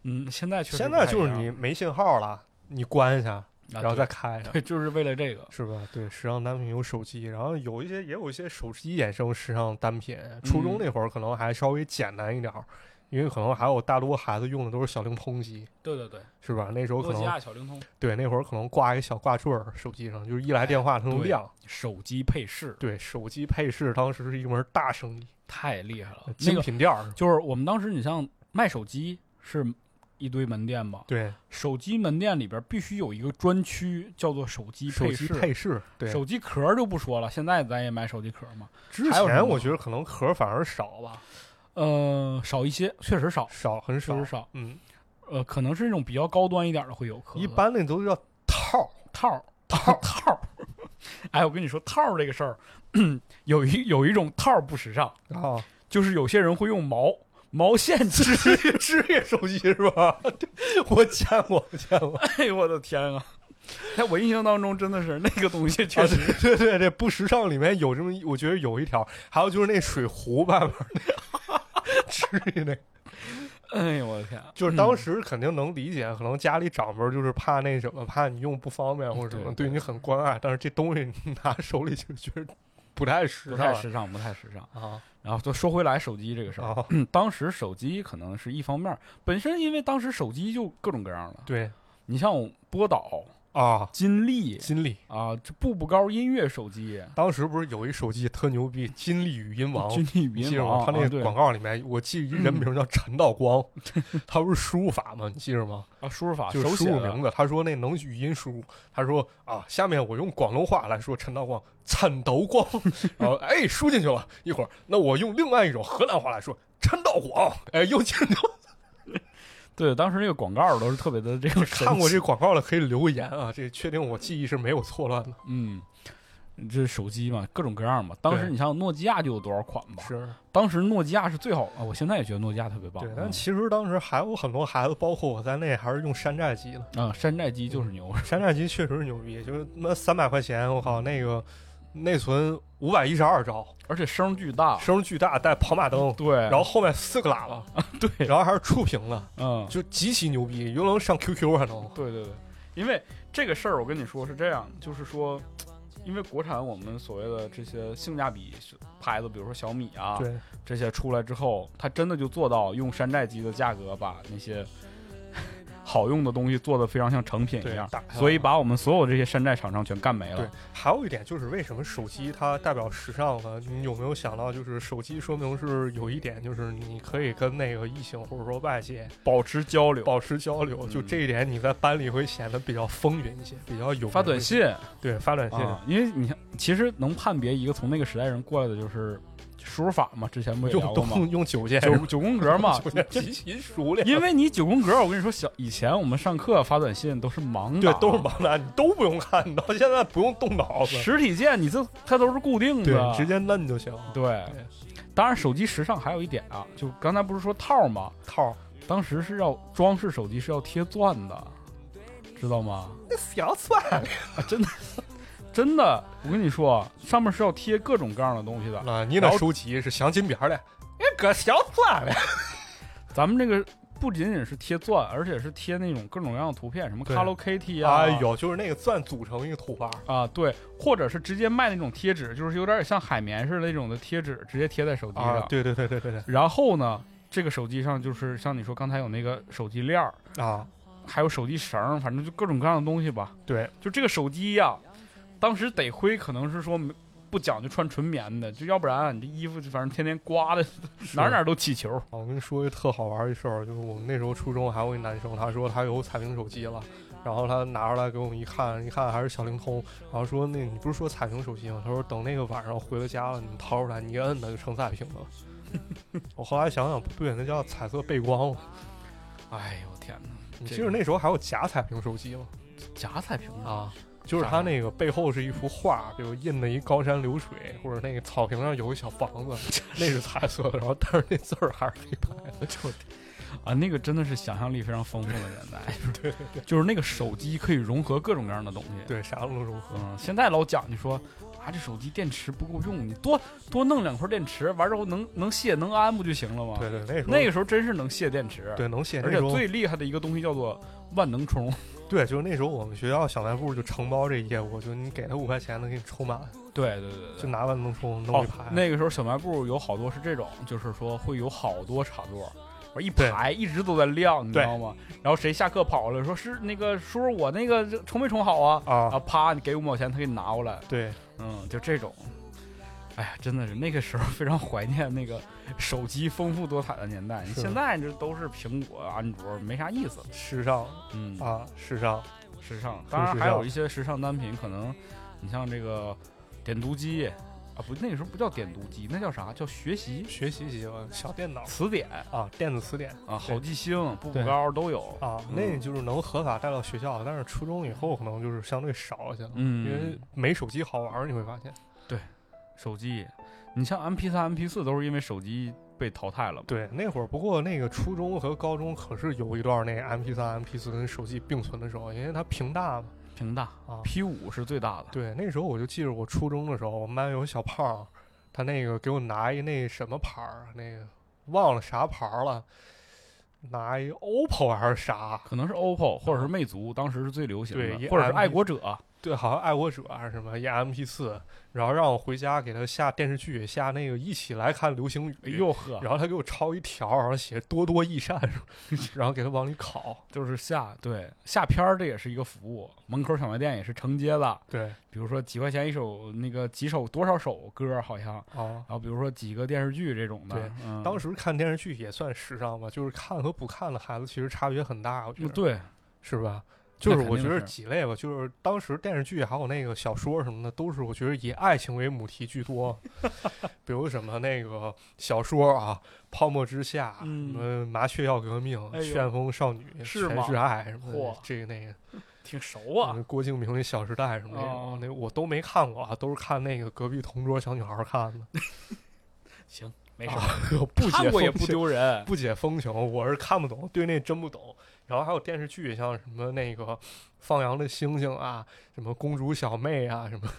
A: 嗯，现在确实
B: 现在
A: 不太
B: 就是
A: 一
B: 你
A: 样
B: 没信号了，你关一下，
A: 啊、
B: 然后再开一下
A: 对。对，就是为了这个，
B: 是吧？对，时尚单品有手机，然后有一些也有一些手机衍生时尚单品。初中
A: 嗯
B: 那会儿可能还稍微简单一点儿，因为可能还有大多孩子用的都是小灵通机，
A: 对对对，
B: 是吧？那时候可
A: 诺基
B: 能
A: 亚小灵通
B: 对那会儿可能挂一个小挂坠儿，手机上就是一来电话它能
A: 对
B: 亮。
A: 手机配饰
B: 对，手机配饰当时是一门大生意，
A: 太厉害了，那
B: 呃精
A: 个
B: 品店儿。
A: 就是我们当时，你像卖手机是一堆门店吧，
B: 对，
A: 手机门店里边必须有一个专区，叫做手机
B: 手
A: 配
B: 机
A: 饰。
B: 配饰，对，
A: 手机壳儿就不说了，现在咱也买手机壳嘛，
B: 之
A: 还有什么
B: 前我觉得可能壳反而少吧，
A: 呃，少一些，确实少，
B: 少很
A: 确
B: 少
A: 实。少，
B: 嗯，
A: 呃，可能是那种比较高端一点的会有壳子，
B: 一般那都 叫套儿，
A: 套 儿套儿套儿。 哎，我跟你说，套儿这个事儿，有一有一种套儿不时尚，
B: 然后
A: 就是有些人会用毛毛线织。
B: 职业手机是吧？ 我见过，我见过。
A: 哎呦我的天啊！在我印象当中，真的是那个东西确实
B: 啊对对对，这不时尚里面有这么一，我觉得有一条，还有就是那水壶外面那 吃的那，
A: 哎呦我的天！
B: 就是当时肯定能理解，可能家里长辈儿就是怕那什么，怕你用不方便或者什么，
A: 对
B: 对你很关爱，但是这东西你拿手里就觉得不太时
A: 不
B: 尚
A: 太
B: 了
A: 时尚，不太时尚。
B: 啊
A: 然后就说回来手机这个事儿，
B: 啊！
A: 嗯当时手机可能是一方面儿，本身因为当时手机就各种各样的。
B: 对
A: 你像波导、
B: 啊，
A: 金立
B: 金立
A: 啊，这步步高音乐手机，
B: 当时不是有一手机特牛逼，金立语音王。
A: 金立
B: 你
A: 语
B: 记
A: 音
B: 着吗？
A: 网，
B: 他那
A: 啊
B: 个
A: 对
B: 广告里面，我记着一人 名叫陈道 光，他不是输入法吗？你记着吗？
A: 啊，输入法
B: 就是
A: 手
B: 输
A: 写
B: 入
A: 的
B: 名字，他说那能语音输入，他说啊，下面我用广东话来说陈道光，陈道光，然后哎输进去了，一会儿那我用另外一种河南话来说陈道广，哎又进去了。
A: 对，当时那个广告都是特别的这个神
B: 看过
A: 奇
B: 这广告的可以留言啊，这确定我记忆是没有错乱的。
A: 嗯，这手机嘛，各种各样嘛。当时
B: 对
A: 你像诺基亚就有多少款吧？
B: 是
A: 当时诺基亚是最好啊，我现在也觉得诺基亚特别棒。
B: 对，
A: 嗯
B: 但其实当时还有很多孩子，包括我在内，还是用山寨机的。
A: 啊，山寨机
B: 嗯
A: 就是牛。
B: 山寨机确实是牛逼，就是那三百块钱，我靠，那个内存五百一十二兆，
A: 而且声巨大，
B: 声巨大，带跑马灯，
A: 对，然
B: 然后后面四个喇叭。
A: 哎哦 对，
B: 然后还是触屏的，
A: 嗯，
B: 就极其牛逼，又能上 QQ 还能。
A: 对对对，因为这个事儿，我跟你说是这样，就是说，因为国产我们所谓的这些性价比是牌子，比如说小米啊，
B: 对，
A: 这些出来之后，它真的就做到用山寨机的价格把那些 好用的东西做得非常像成品一样
B: 对打开，了
A: 所以把我们所有这些山寨厂商全干没
B: 对
A: 了。，
B: 还有一点就是为什么手机它代表时尚呢？你有没有想到，就是手机说明是有一点，就是你可以跟那个异性或者说外界
A: 保持交流，
B: 保持交流，
A: 嗯
B: 就这一点你在班里会显得比较风云一些，比较有
A: 发短信，
B: 对，发短信，
A: 啊，因为你看，其实能判别一个从那个时代人过来的，就是输入法嘛，之前不也聊
B: 用
A: 过吗？
B: 用 用九键，
A: 九九宫格嘛
B: ，九键极其熟练，
A: 因为你九宫格，我跟你说，小以前我们上课发短信都是盲打，
B: 对都是盲打，你都不用看，你到现在不用动脑子，
A: 实体键，你这它都是固定
B: 对，
A: 的，
B: 你直接摁就行。
A: 对。当然，手机时尚还有一点啊，就刚才不是说套吗？
B: 套儿
A: 当时是要装饰手机是要贴钻的，知道吗？
B: 那小蒜，
A: 啊，真的，真的，我跟你说，上面是要贴各种各样的东西的。
B: 啊，你那书籍是镶金边儿的，哎，搁小钻的。
A: 咱们这个不仅仅是贴钻，而且是贴那种各种各样的图片，什么
B: 对
A: Hello Kitty 啊，
B: 哎呦，就是那个钻组成一个图画，
A: 啊，对，或者是直接卖那种贴纸，就是有点像海绵似的那种的贴纸，直接贴在手机上。
B: 啊，对对对对对对，
A: 然后呢，这个手机上就是像你说刚才有那个手机链儿，
B: 啊，
A: 还有手机绳儿，反正就各种各样的东西吧。
B: 对，
A: 就这个手机呀、当时得亏可能是说没不讲究穿纯棉的，就要不然你这衣服就反正天天刮的哪儿哪儿都起球。
B: 啊我跟你说一特好玩儿一事儿，就是我们那时候初中还有一男生，他说他有彩屏手机了，然后他拿出来给我们一看，一看还是小灵通，然后说那你不是说彩屏手机吗？他说等那个晚上回了家了，你掏出来，你一摁它就成彩屏了。我后来想想不对，那叫彩色背光了。
A: 哎呦我天哪，
B: 你
A: 这
B: 记得那时候还有假彩屏手机吗？
A: 假彩屏啊！
B: 啊，就是
A: 啥
B: 它
A: 呀
B: 那个背后是一幅画，比如印的一高山流水，
A: 嗯
B: 或者那个草坪上有个小 房子，那是彩色的，然后但是那字儿还是黑白的，就
A: 啊，那个真的是想象力非常丰富的年代， 对，就是那个手机可以融合各种各样的东西。
B: 对啥都能融合。
A: 嗯，现在老讲究说啊，这手机电池不够用，你多多弄两块电池，完之后能能卸能安不就行了吗？
B: 对对，那时候
A: 啊那个时候真是能卸电池，
B: 对能写那
A: 而且
B: 时候
A: 最厉害的一个东西叫做万能充，
B: 对，就是那时候我们学校小卖部就承包这业务，就你给他五块钱能给你充满，
A: 对对对
B: 就
A: 对。
B: 拿万能充弄
A: 哦
B: 一排。，
A: 那个时候小卖部有好多是这种，就是说会有好多插座，我一排一直都在亮，你知
B: 对
A: 道吗？然后谁下课跑了，说是那个叔叔，我那个这冲没冲好啊？
B: 啊
A: 啊，，啪，你给五毛钱，他给你拿过来，
B: 对，
A: 嗯，就这种。哎呀，真的是那个时候非常怀念那个手机丰富多彩的年代。你
B: 是
A: 现在这都是苹果、安卓，没啥意思。
B: 时尚
A: 嗯，
B: 啊，时尚，
A: 时尚，
B: 是
A: 当然
B: 时
A: 还有
B: 尚
A: 一些时尚单品，可能你像这个点读机啊，不，那个时候不叫点读机，那叫啥？叫学习
B: 学习习惯，小电脑
A: 词典
B: 啊，电子词典
A: 啊，
B: 对
A: 好记星、步步
B: 对
A: 高都有。
B: 啊，那就是能合法带到学校，但是初中以后可能就是相对少一些了，因为
A: 嗯，
B: 没手机好玩儿，你会发现，
A: 手机，你像 M P 三、M P 四都是因为手机被淘汰了嘛。
B: 对，那会儿不过那个初中和高中可是有一段那 M P 三、M P 四跟手机并存的时候，因为它屏大嘛。
A: 屏大
B: 啊
A: ，P 五是最大的。
B: 对，那时候我就记着我初中的时候，我们班有个小胖儿，他那个给我拿一那什么牌儿，啊那个忘了啥牌儿了，拿一 OPPO 还是啥？
A: 可能是 OPPO 或者是魅族，当时是最流行
B: 对
A: 的，
B: 也
A: 或者是
B: MP
A: 爱国者。
B: 对，好像爱国者还是什么一 M P 四，然后让我回家给他下电视剧，下那个一起来看流星
A: 哎
B: 雨。
A: 呦呵，
B: 然后他给我抄一条儿，然后写多多益善， 然后给他往里拷。
A: 就是下对下片儿，这也是一个服务。门口小卖店也是承接的，
B: 对，
A: 比如说几块钱一首，那个几首多少首歌好像，
B: 哦，
A: 然后比如说几个电视剧这种的。
B: 对
A: 嗯、
B: 当时看电视剧也算时尚吧，就是看和不看的孩子其实差别很大，我觉
A: 嗯
B: 得，
A: 对，
B: 是吧？就是
A: 肯
B: 我
A: 定
B: 觉得
A: 是
B: 几类吧，就是当时电视剧还有那个小说什么的，都是我觉得以爱情为母题居 多，比如什么那个小说啊，《泡沫之夏》
A: 嗯
B: 什么《麻雀要革命》
A: 哎呦
B: 旋风少女》
A: 是
B: 全
A: 吗
B: 是爱》什么的
A: 嚯，
B: 这个那个
A: 挺熟啊
B: 嗯。郭敬明那《小时代》什么那
A: 哦
B: 种，那我都没看过啊，都是看那个隔壁同桌小女孩看的。
A: 行，没
B: 没
A: 事，
B: 不
A: 看
B: 解
A: 过也
B: 风
A: 不
B: 情
A: 丢人。
B: 不解风情，我是看不懂，对那真不懂。然后还有电视剧，像什么那个《放羊的星星》啊，什么《公主小妹》啊，什么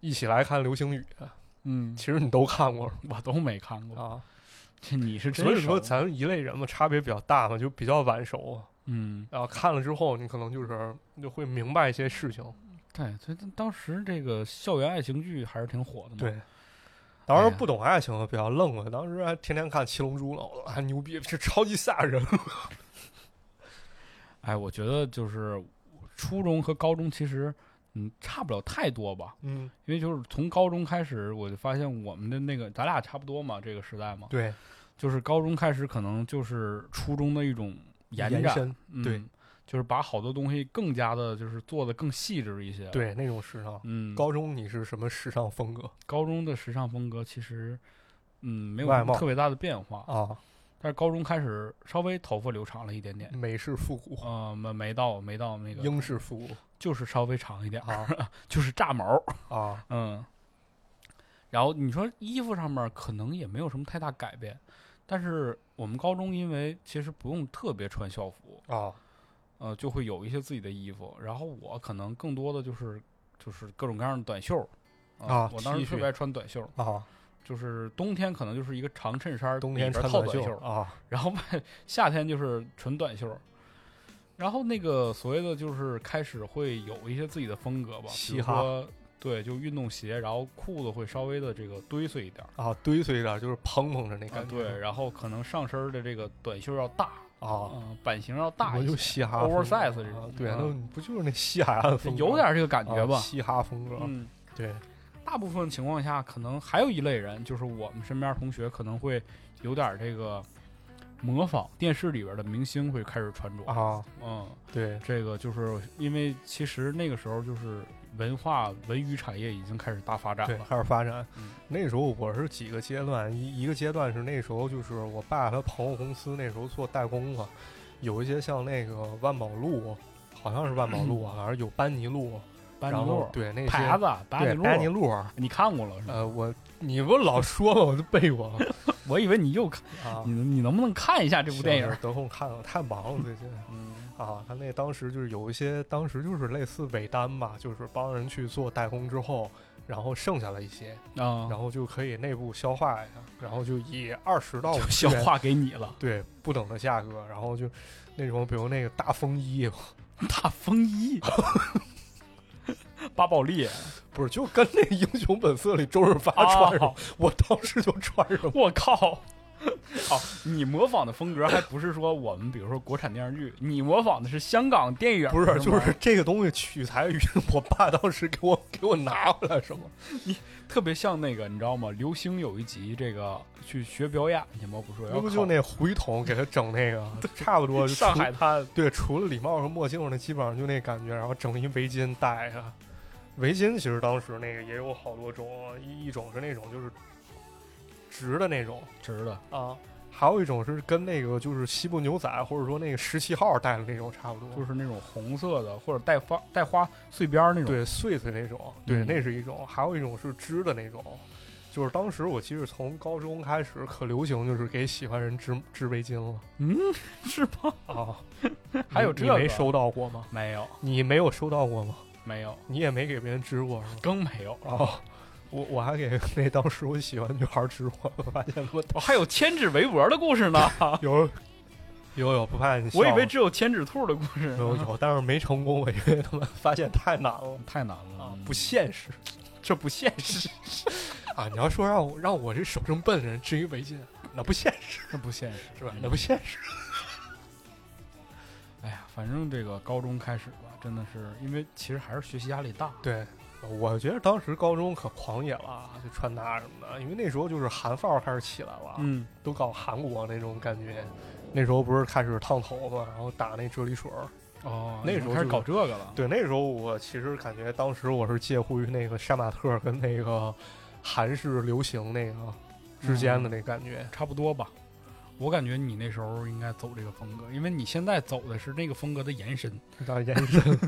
B: 一起来看流星雨，
A: 嗯，
B: 其实你都看过
A: 我都没看过。
B: 啊。
A: 这你是
B: 所
A: 真
B: 以说，
A: 熟。
B: 咱们一类人嘛，差别比较大嘛，就比较晚熟啊。
A: 嗯，
B: 然后看了之后，你可能就是就会明白一些事情。
A: 对，所以当时这个校园爱情剧还是挺火的嘛。
B: 对，当
A: 哎
B: 时
A: 呀
B: 不懂爱情啊，比较愣啊。当时还天天看《七龙珠》呢，我还牛逼，这超级吓人。
A: 哎，我觉得就是初中和高中其实嗯差不了太多吧，
B: 嗯，
A: 因为就是从高中开始，我就发现我们的那个咱俩差不多嘛，这个时代嘛，
B: 对，
A: 就是高中开始可能就是初中的一种延
B: 延
A: 展，
B: 伸
A: 嗯、
B: 对，
A: 就是把好多东西更加的就是做的更细致一些，，
B: 对那种时尚。
A: 嗯，
B: 高中你是什么时尚风格
A: 高中的时尚风格其实嗯没有
B: 外
A: 什么
B: 貌
A: 特别大的变化，
B: 啊？
A: 但是高中开始稍微头发留长了一点点。
B: 美式复古、
A: 呃，没没到没到那个，
B: 嗯英式复古
A: 就是稍微长一点，
B: 啊
A: 就是炸毛，
B: 啊，
A: 嗯，然后你说衣服上面可能也没有什么太大改变，但是我们高中因为其实不用特别穿校服，
B: 啊
A: 呃，就会有一些自己的衣服。然后我可能更多的就是就是各种各样的短袖儿。呃
B: 啊
A: 我当时
B: T
A: 特别
B: 恤
A: 爱穿短袖儿，
B: 啊，
A: 就是冬天可能就是一个长衬衫儿，
B: 冬天
A: 里边
B: 穿
A: 套
B: 短
A: 短
B: 袖
A: 袖儿，
B: 啊，
A: 然后外 夏天就是纯短袖儿。然后那个所谓的就是开始会有一些自己的风格吧，比
B: 嘻
A: 如
B: 哈
A: 说对，就运动鞋，然后裤子会稍微的这个堆碎一点儿，
B: 啊，堆碎一点就是蓬蓬的那
A: 啊
B: 感觉，
A: 对，然后可能上身儿的这个短袖要大，
B: 啊，
A: 嗯，版型要大
B: 我
A: 一
B: 就
A: 些，
B: 嘻哈
A: oversize
B: 风格
A: 这种
B: 啊对，
A: 啊
B: 那不就是那西海岸风格，
A: 有点儿这个感
B: 啊
A: 觉吧，
B: 嘻哈风格，
A: 嗯，
B: 对
A: 大部分情况下，可能还有一类人，就是我们身边同学可能会有点这个模仿电视里边的明星，会开始穿着。
B: 啊，
A: 嗯，
B: 对
A: 这个就是因为其实那个时候就是文化文娱产业已经开始大发展
B: 对，
A: 了。
B: 开始发展
A: 嗯。
B: 那时候我是几个阶段，一一个阶段是那时候就是我爸他朋友公司那时候做代工嘛，有一些像那个万宝路，好像是万宝 路啊，反正有班尼路，
A: 班尼
B: 然后
A: 路、
B: 对那些
A: 牌子、啊班尼
B: 对班尼
A: 路，
B: 路，
A: 你看过了是吧？
B: 呃，我你不老说嘛，我就背过
A: 我以为你又看，
B: 啊
A: 你。能你能不能看一下嗯这部电
B: 行
A: 影？
B: 得空看看，太忙了最近
A: 嗯
B: 啊。他那当时就是有一些，当时就是类似尾单吧，就是帮人去做代工之后，然后剩下了一些，
A: 啊，
B: 然后就可以内部消化一下，然后就以二十到五
A: 就消化给你了。
B: 对不等的价格，然后就那种比如那个大风衣，
A: 大风衣，巴宝莉，
B: 不是就跟那《英雄本色》里周润发穿上，
A: 哦
B: 我当时就穿上了。
A: 我靠，哦，你模仿的风格还不是说我们比如说国产电视剧，你模仿的是香港电影，
B: 不是，
A: 吗
B: 就是这个东西取材于我爸当时给我给我拿回来什么，
A: 特别像那个，你知道吗？刘星有一集这个去学表演去吗？不是说
B: 那
A: 要
B: 不就
A: 考
B: 那胡一统给他整那个，差不多就
A: 上
B: 除
A: 海滩，
B: 对，除了礼帽和墨镜儿那，基本上就那感觉，然后整一围巾戴上。围巾其实当时那个也有好多种，一一种是那种就是直的那种
A: 直的
B: 啊，还有一种是跟那个就是西部牛仔或者说那个十七号戴的那种差不多，
A: 就是那种红色的，或者带花带花碎边儿那种。
B: 对穗穗那种，对，
A: 嗯
B: 那是一种，还有一种是织的那种。就是当时我记得从高中开始可流行，就是给喜欢人织织围巾了
A: 嗯，是吗？
B: 啊。
A: 还有
B: 你
A: 这
B: 你
A: 个
B: 没收到过吗？
A: 没有，
B: 你没有收到过吗？
A: 没有，
B: 你也没给别人织过是吗？
A: 更没有。
B: 哦，我我还给那当时我喜欢女孩直播，我发现我
A: 我还有千纸围脖的故事呢，
B: 有有有不怕你笑
A: 我
B: 话，
A: 以为只有千纸兔的故事。
B: 有有，但是没成功，我因为他们发现太难了
A: 太难了，嗯
B: 不现实
A: 这不现 实，
B: 啊！你要说让我让我这手这么笨的人织一围巾，那不现实
A: 这不现实。
B: 是吧？那不现实。
A: 哎呀，反正这个高中开始吧，真的是因为其实还是学习压力大。
B: 对，我觉得当时高中可狂野了啊，就穿搭什么的，因为那时候就是韩范儿开始起来了，
A: 嗯，
B: 都搞韩国那种感觉。那时候不是开始烫头发，然后打那啫喱水儿，
A: 哦，
B: 那时候
A: 开始
B: 就
A: 搞这个了。
B: 对，那时候我其实感觉当时我是介乎于那个杀马特跟那个韩式流行那个之间的那感 觉。
A: 差不多吧。我感觉你那时候应该走这个风格，因为你现在走的是那个风格的延伸。
B: 当然延伸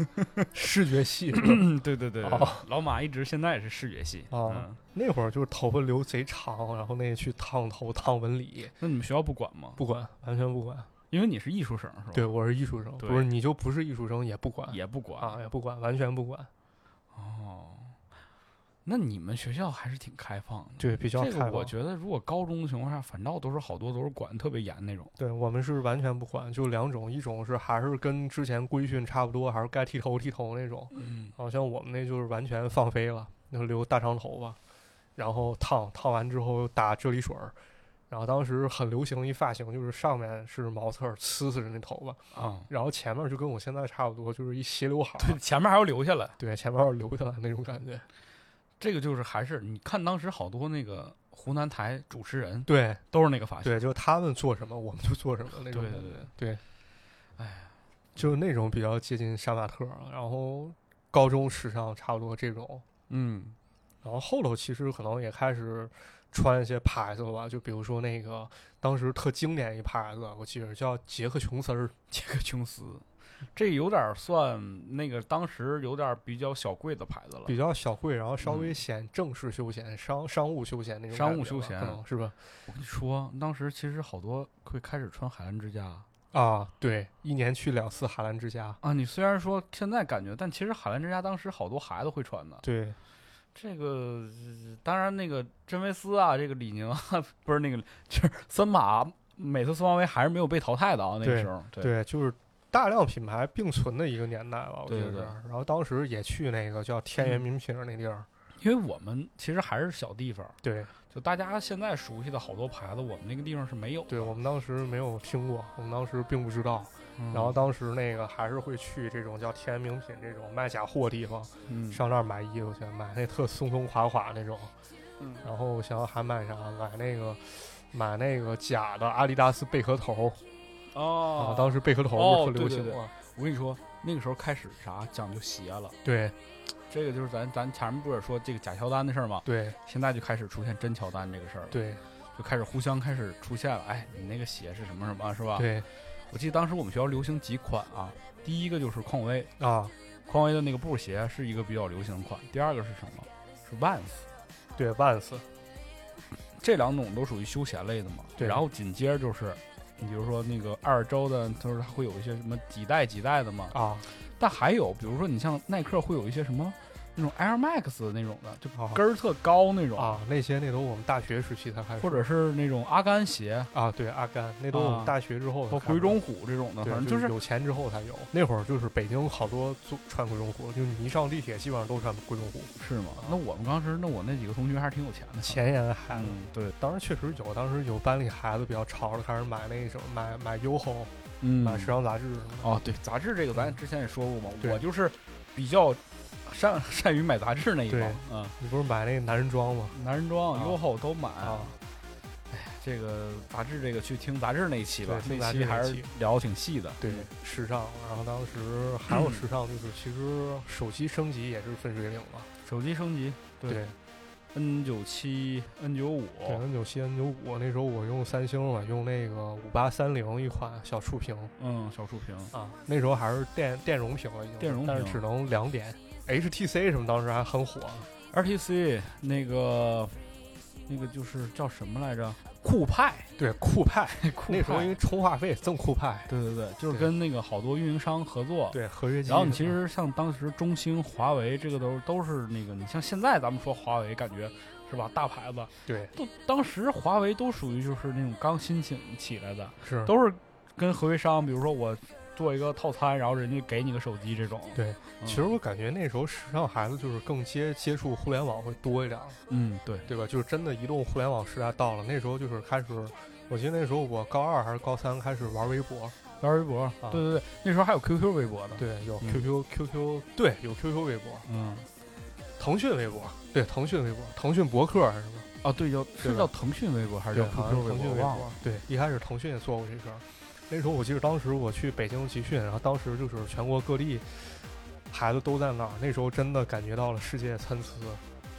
B: 视觉系是吧
A: 嗯，对对对
B: 对哦
A: 老马一直现在也是视觉系。嗯
B: 哦那会儿就是头发留贼长，然后那去烫头烫纹理，
A: 那你们学校不管吗？
B: 不管，完全不管。
A: 因为你是艺术生是吧？
B: 对，，我是艺术生，
A: 对
B: 不是你就不是艺术生也不管
A: 也不管。
B: 啊，也不管，完全不管。
A: 哦，那你们学校还是挺开放的。
B: 对，比较
A: 这
B: 开
A: 个
B: 放。
A: 我觉得，如果高中的情况下，反倒都是好多都是管得特别严那种。
B: 对我们是完全不管，就两种，一种是还是跟之前规训差不多，还是该剃头剃头那种，
A: 嗯，
B: 好像我们那就是完全放飞了，就留大长头发，然后烫烫完之后打啫喱水儿，然后当时很流行一发型，就是上面是毛刺儿呲呲着那头发，
A: 啊，
B: 然后前面就跟我现在差不多，就是一斜刘海儿，
A: 对，前面还要留下来。
B: 对，前面要留下来那种感觉，
A: 这个就是还是你看当时好多那个湖南台主持人
B: 对
A: 都是那个发型。
B: 对，就他们做什么我们就做什么那种
A: 啊对
B: 感觉，
A: 对对
B: 对，
A: 哎呀，
B: 就是那种比较接近杀马特儿，然后高中时尚差不多这种，
A: 嗯，
B: 然后后头其实可能也开始穿一些牌子了吧，就比如说那个当时特经典一牌子，我记得叫杰克琼斯儿，
A: 杰克琼斯，这有点算那个当时有点比较小贵的牌子了。
B: 比较小贵，然后稍微
A: 嗯
B: 显正式休闲、商商务休闲那种
A: 商
B: 感
A: 务
B: 觉
A: 休
B: 吧
A: 闲
B: 可能是吧？
A: 我跟你说，当时其实好多会开始穿海澜之家
B: 啊，对，一年去两次海澜之家，
A: 啊。你虽然说现在感觉，但其实海澜之家当时好多孩子会穿的。
B: 对，
A: 这个呃当然，那个真维斯啊，这个李宁啊， 不是那个，就是森马、美特斯邦威还是没有被淘汰的啊。那个
B: 对
A: 时候，对
B: 对，就是大量品牌并存的一个年代吧，我觉
A: 对
B: 得
A: 对
B: 是。
A: 对
B: 然后当时也去那个叫天元
A: 嗯
B: 名品儿那地儿，
A: 因为我们其实还是小地方，
B: 对
A: 就大家现在熟悉的好多牌子，我们那个地方是没有的。
B: 对，我们当时没有听过，我们当时并不知道。
A: 嗯
B: 然后当时那个还是会去这种叫天元名品这种卖假货地方，
A: 嗯
B: 上那儿买衣服去，买那特松松垮垮那种。
A: 嗯
B: 然后我想想还买啥，买那个。买那个假的阿迪达斯贝壳头
A: 哦
B: 啊，，当时贝壳头
A: 哦
B: 不是特流
A: 对对
B: 行
A: 对
B: 吗？
A: 我跟你说，那个时候开始啥讲究鞋了，
B: 对
A: 这个就是咱咱前面不是说这个假乔丹的事儿吗？
B: 对
A: 现在就开始出现真乔丹这个事儿了，
B: 对
A: 就开始互相开始出现了。哎，你那个鞋是什么什么是吧？，
B: 对
A: 我记得当时我们学校流行几款啊，第一个就是匡威，
B: 啊，
A: 匡威的那个布鞋是一个比较流行的款，第二个是什么？是 Vans，
B: 对 Vans
A: 这两种都属于休闲类的嘛。
B: 对
A: 然后紧接着就是，你比如说那个二周的，就是它会有一些什么几代几代的嘛，
B: 啊，
A: 但还有，比如说你像耐克会有一些什么那种 Air Max 那种的，就
B: 啊
A: 跟儿特高那种，
B: 啊，那些那都我们大学时期才开始
A: 或者是那种阿甘鞋，
B: 啊，对阿甘，那都我
A: 啊
B: 们大学之后才
A: 和
B: 开始
A: 鬼冢虎这种的，
B: 对，
A: 反正
B: 就是有钱之后才有。那会儿就是北京好多租穿贵重服，就是你一上地铁基本上都穿贵重服。
A: 是吗？那我们当时，那我那几个同学还是挺有钱的，
B: 前沿的孩子，
A: 嗯，对，
B: 当时确实有，当时有班里孩子比较潮的，开始买那什么买买 YOHO，
A: 嗯
B: 买时尚杂志什么的。
A: 哦，对，杂志这个咱之前也说过嘛，
B: 啊对
A: 我就是比较善善于买杂志那一
B: 对
A: 帮，嗯，
B: 你不是买那个男人装吗？
A: 男人装、
B: 啊
A: YOHO 都买。
B: 啊，
A: 这个杂志，这个去听杂志那一期吧，
B: 对听
A: 那
B: 杂志
A: 期还
B: 那
A: 是
B: 期
A: 聊得挺细的。
B: 对
A: 嗯，
B: 时尚。然后当时还有时尚，就是其实手机升级也是分水岭嘛。
A: 手机升级，对哦
B: 对，
A: N 九七、N 九五，
B: 对，N 九七、N 九五，那时候我用三星嘛，用那个五八三零一款小触屏
A: 嗯，小触屏，
B: 啊，那时候还是电电容屏了已经，
A: 电容屏
B: 但是只能两点。HTC 什么当时还很火，
A: RTC 那个那个就是叫什么来着？酷派，
B: 对 酷派，
A: 酷
B: 那时候因
A: 派，
B: 为充话费赠酷派，
A: 对对对，就是
B: 对
A: 跟那个好多运营商合作。
B: 对合约机。
A: 然后你其实像当时中兴、华为这个都都是那个，你像现在咱们说华为，感觉是吧？大牌子
B: 对
A: 都当时华为都属于就是那种刚新起起来的，
B: 是
A: 都是跟合约商，比如说我做一个套餐，然后人家给你个手机这种。
B: 对
A: 嗯，
B: 其实我感觉那时候时尚孩子就是更接接触互联网会多一点儿，
A: 嗯，对，
B: 对吧？就是真的移动互联网时代到了，那时候就是开始，我记得那时候我高二还是高三开始玩微博，
A: 玩微博，对对对，那时候还有 QQ 微博呢。，
B: 啊对，有
A: 嗯
B: QQ、QQ，对，有 QQ 微博，
A: 嗯，
B: 腾讯微博，对，腾讯微博，腾讯博客是吧？
A: 哦，对，叫是
B: 对
A: 叫
B: 吧
A: 腾讯微博还是
B: 对，
A: 叫
B: 好像
A: QQ
B: 是
A: 微
B: 腾
A: 博？
B: 讯
A: 我
B: 微
A: 忘
B: 博
A: 了。，
B: 对，一开始腾讯也做过这事儿。那时候我记得当时我去北京集训，然后当时就是全国各地孩子都在那儿，那时候真的感觉到了世界参差。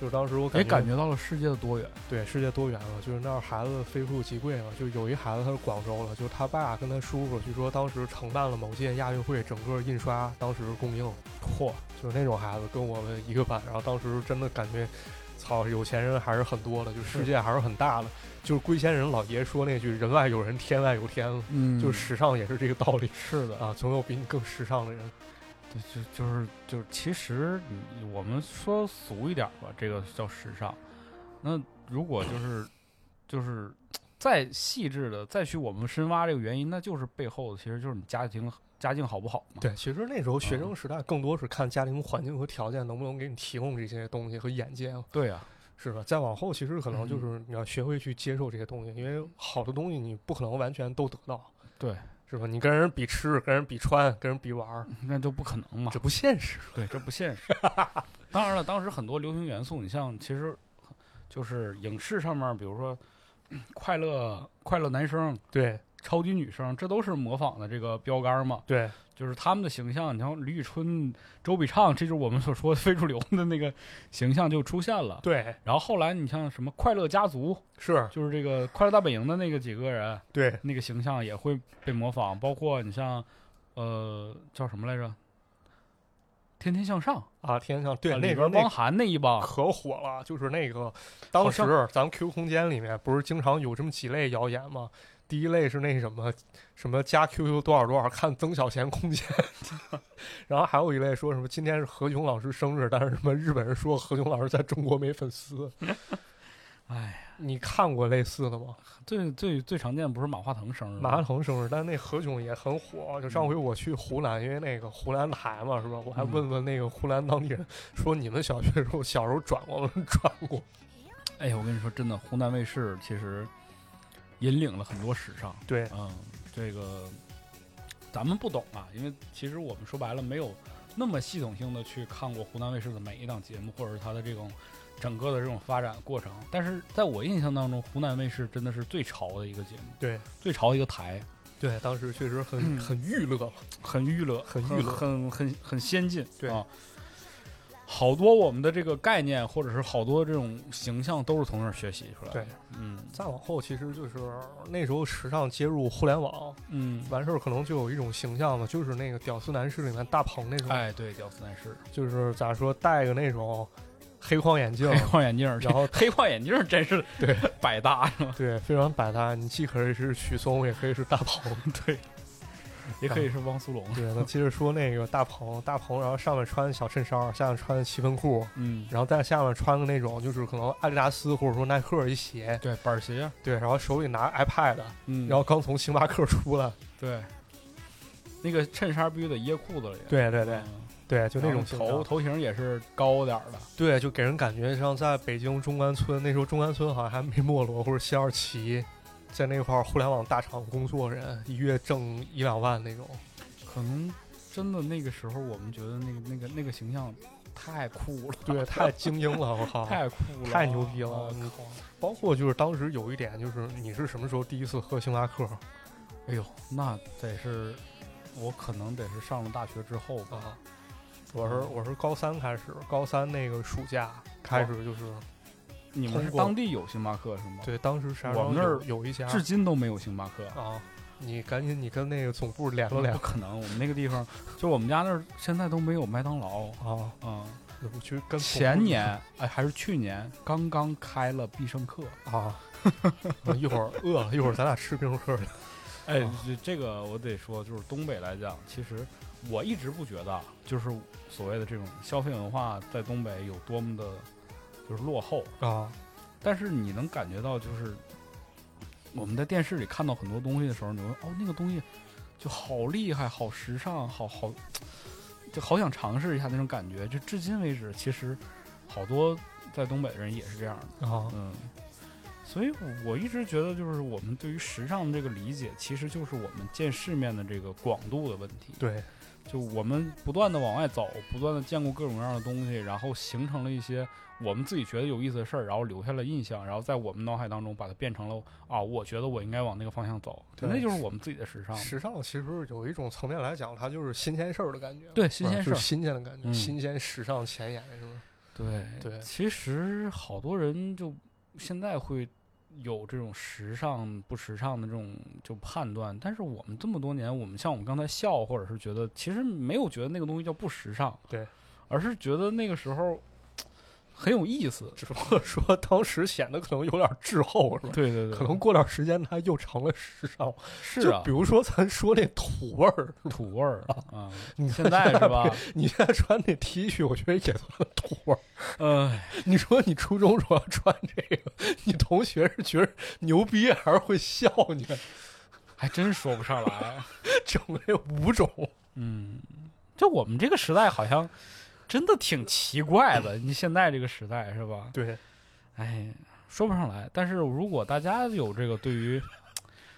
B: 就是当时我感
A: 也
B: 觉
A: 哎感觉到了世界的多元。
B: 对世界多元了，就是那儿孩子飞入极贵了。就有一孩子他是广州的，就是他爸跟他叔叔，据说当时承办了某届亚运会整个印刷当时供应，嚯，就是那种孩子跟我们一个班，然后当时真的感觉，操，有钱人还是很多的，就是世界还是很大的。就是龟仙人老爷说那句“人外有人，天外有天”，
A: 嗯
B: 就是时尚也是这个道理
A: 是的，
B: 啊，总有比你更时尚的人。
A: 对，就就是就是，其实你我们说俗一点吧，这个叫时尚。那如果就是就是再细致的再去我们深挖这个原因，那就是背后的其实就是你家庭家境好不好嘛。
B: 对，其实那时候学生时代更多是看家庭环境和条件能不能给你提供这些东西和眼界啊。
A: 对啊，
B: 是吧？再往后，其实可能就
A: 嗯
B: 是你要学会去接受这些东西，因为好的东西你不可能完全都得到，
A: 对，
B: 是吧？你跟人比吃，跟人比穿，跟人比玩儿，
A: 那就不可能嘛
B: 这。不现实。
A: 对，这不现实。当然了，当时很多流行元素，你像其实就是影视上面，比如说 嗯快乐快乐男生、
B: 对
A: 超级女生，这都是模仿的这个标杆嘛，
B: 对
A: 就是他们的形象。你像李宇春、周笔畅，这就是我们所说的非主流的那个形象就出现了。
B: 对，
A: 然后后来你像什么快乐家族，
B: 是，
A: 就是这个快乐大本营的那个几个人，
B: 对
A: 那个形象也会被模仿，包括你像呃叫什么来着，天天向上。
B: 啊，天上对
A: 啊
B: 那
A: 里
B: 时候
A: 边
B: 那
A: 汪涵那一帮，
B: 可火了，就是那个当时咱们 QQ 空间里面不是经常有这么几类谣言吗？第一类是那什么什么加 QQ 多少多少看曾小贤空间， 然后还有一类说什么今天是何炅老师生日，但是什么日本人说何炅老师在中国没粉丝，
A: 哎，
B: 你看过类似的吗？
A: 最最最常见不是马化腾生日
B: 马化
A: 吗？
B: 腾生日，但那何炅也很火。就上回我去湖南，因为那个湖南台嘛，是吧？我还
A: 嗯
B: 问问那个湖南当地人，说你们小学时候小时候转过吗？转过。
A: 哎呀，我跟你说，真的，湖南卫视其实引领了很多时尚。
B: 对，
A: 嗯，这个咱们不懂啊，因为其实我们说白了没有那么系统性的去看过湖南卫视的每一档节目，或者是它的这种整个的这种发展过程。但是在我印象当中，湖南卫视真的是最潮的一个节目，
B: 对，
A: 最潮的一个台，
B: 对，当时确实很、
A: 嗯
B: 很娱乐，
A: 很娱乐，
B: 很
A: 很
B: 娱乐
A: 很很很先进，
B: 对
A: 啊。好多我们的这个概念，或者是好多这种形象，都是从那儿学习出来的。
B: 对，
A: 嗯
B: 再往后其实就是那时候时尚接入互联网，
A: 嗯，
B: 完事儿可能就有一种形象了，就是那个《屌丝男士》里面大鹏那种，
A: 哎，对，屌丝男士，
B: 就是咋说戴个那种黑框眼镜
A: 黑，框眼镜儿，
B: 然后
A: 黑框眼镜儿真是
B: 对
A: 百搭是吗？
B: 对，非常百搭。你既可以是许嵩，也可以是大鹏。对，
A: 也可以是汪苏泷。
B: 对，那接着说那个大鹏，大鹏，然后上面穿小衬衫，下面穿七分裤，
A: 嗯，
B: 然后在下面穿个那种就是可能阿迪达斯或者说耐克一鞋，
A: 对，板儿鞋，
B: 对，然后手里拿 iPad，
A: 嗯，
B: 然后刚从星巴克出来，
A: 对，那个衬衫必须得掖裤子里，
B: 对对对
A: 嗯，
B: 对，就那种
A: 然后头，头型也是高点儿的，
B: 对，就给人感觉像在北京中关村，那时候中关村好像还没没落或者西二旗，在那块儿互联网大厂工作人，一月挣一两万那种，
A: 可能真的那个时候我们觉得那个那个那个形象太酷了，
B: 对，太精英了，我靠，
A: 啊太酷了，啊
B: 太牛逼了
A: 我
B: 嗯
A: 靠
B: 包括就是当时有一点就是你是什么时候第一次喝星巴克
A: 哎呦，那得是我可能得是上了大学之后吧，
B: 啊？我是我是高三开始，高三那个暑假开始就是
A: 你们是
B: 通过
A: 当地有星巴克是吗？，
B: 对，当时石家
A: 我
B: 庄
A: 们那儿
B: 有有一家
A: 至今都没有星巴克。
B: 啊，你赶紧你跟那个总部联络
A: 不
B: 联络
A: 可能，我们那个地方， 就我们家那儿现在都没有麦当劳。
B: 啊，
A: 嗯，
B: 我去跟总部
A: 前年哎还是去年刚刚开了必胜客。
B: 啊， 我嗯一会儿饿了，一会儿咱俩吃冰棍儿去
A: 哎
B: 啊，
A: 这这个我得说，就是东北来讲，其实我一直不觉得啊，就是所谓的这种消费文化在东北有多么的，就是落后。
B: 啊
A: 但是你能感觉到，就是我们在电视里看到很多东西的时候，你会哦，那个东西就好厉害，好时尚，好好，就好想尝试一下那种感觉。就至今为止，其实好多在东北人也是这样的，
B: 啊
A: 嗯。所以我一直觉得，就是我们对于时尚的这个理解，其实就是我们见世面的这个广度的问题。
B: 对
A: 就我们不断的往外走，不断的见过各种各样的东西，然后形成了一些我们自己觉得有意思的事儿，然后留下了印象，然后在我们脑海当中把它变成了啊，我觉得我应该往那个方向走，
B: 对
A: 那就是我们自己的时尚。
B: 时尚其实有一种层面来讲，它就是新鲜事儿的感觉，
A: 对新鲜事
B: 就
A: 儿
B: 是新鲜的感觉，
A: 嗯
B: 新鲜时尚前沿是吗？
A: 对
B: 对
A: 其实好多人就现在会有这种时尚不时尚的这种就判断，但是我们这么多年，我们像我们刚才笑，或者是觉得其实没有觉得那个东西叫不时尚，
B: 对，
A: 而是觉得那个时候很有意思。
B: 只不过说当时显得可能有点滞后是吧？
A: 对对对，
B: 可能过段时间它又成了时尚，
A: 是
B: 就
A: 啊
B: 比，如说咱说那土味儿，
A: 土味儿 啊。
B: 你
A: 现在是吧？
B: 你现在穿那 T 恤，我觉得也算土味儿。
A: 呃，
B: 你说你初中时候穿这个，你同学是觉得牛逼还是会笑你？
A: 还真说不上来。
B: 整这五种，
A: 嗯，就我们这个时代好像真的挺奇怪的。你现在这个时代是吧？
B: 对，
A: 哎，说不上来。但是如果大家有这个对于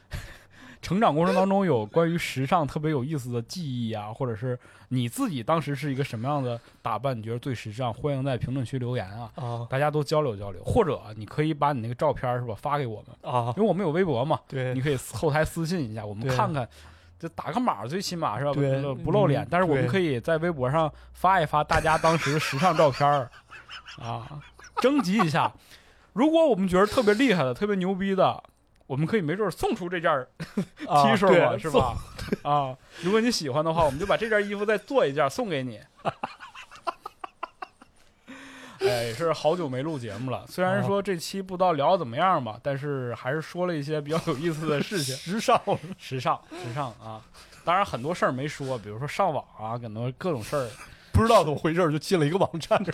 A: 成长过程当中有关于时尚特别有意思的记忆啊，或者是你自己当时是一个什么样的打扮，你觉得最时尚，欢迎在评论区留言啊。
B: 啊
A: 大家都交流交流，或者你可以把你那个照片儿是吧发给我们，
B: 啊，
A: 因为我们有微博嘛，
B: 对
A: 你可以私后台私信一下，我们
B: 对
A: 看看，就打个码，最起码是吧？
B: 对
A: 不不露脸
B: 嗯，
A: 但是我们
B: 对
A: 可以在微博上发一发大家当时的时尚照片儿啊，征集一下。如果我们觉得特别厉害的、特别牛逼的，我们可以没准儿送出这件儿
B: T
A: T 恤儿嘛，是？吧？啊，如果你喜欢的话，我们就把这件衣服再做一件送给你。 哎，也是好久没录节目了。虽
B: 啊
A: 然说这期不知道聊得怎么样吧，但是还是说了一些比较有意思的事 情。
B: 时尚
A: 时尚，时尚啊！当然很多事儿没说，比如说上网啊，很多各种事儿，
B: 不知道怎么回事儿就进了一个网站去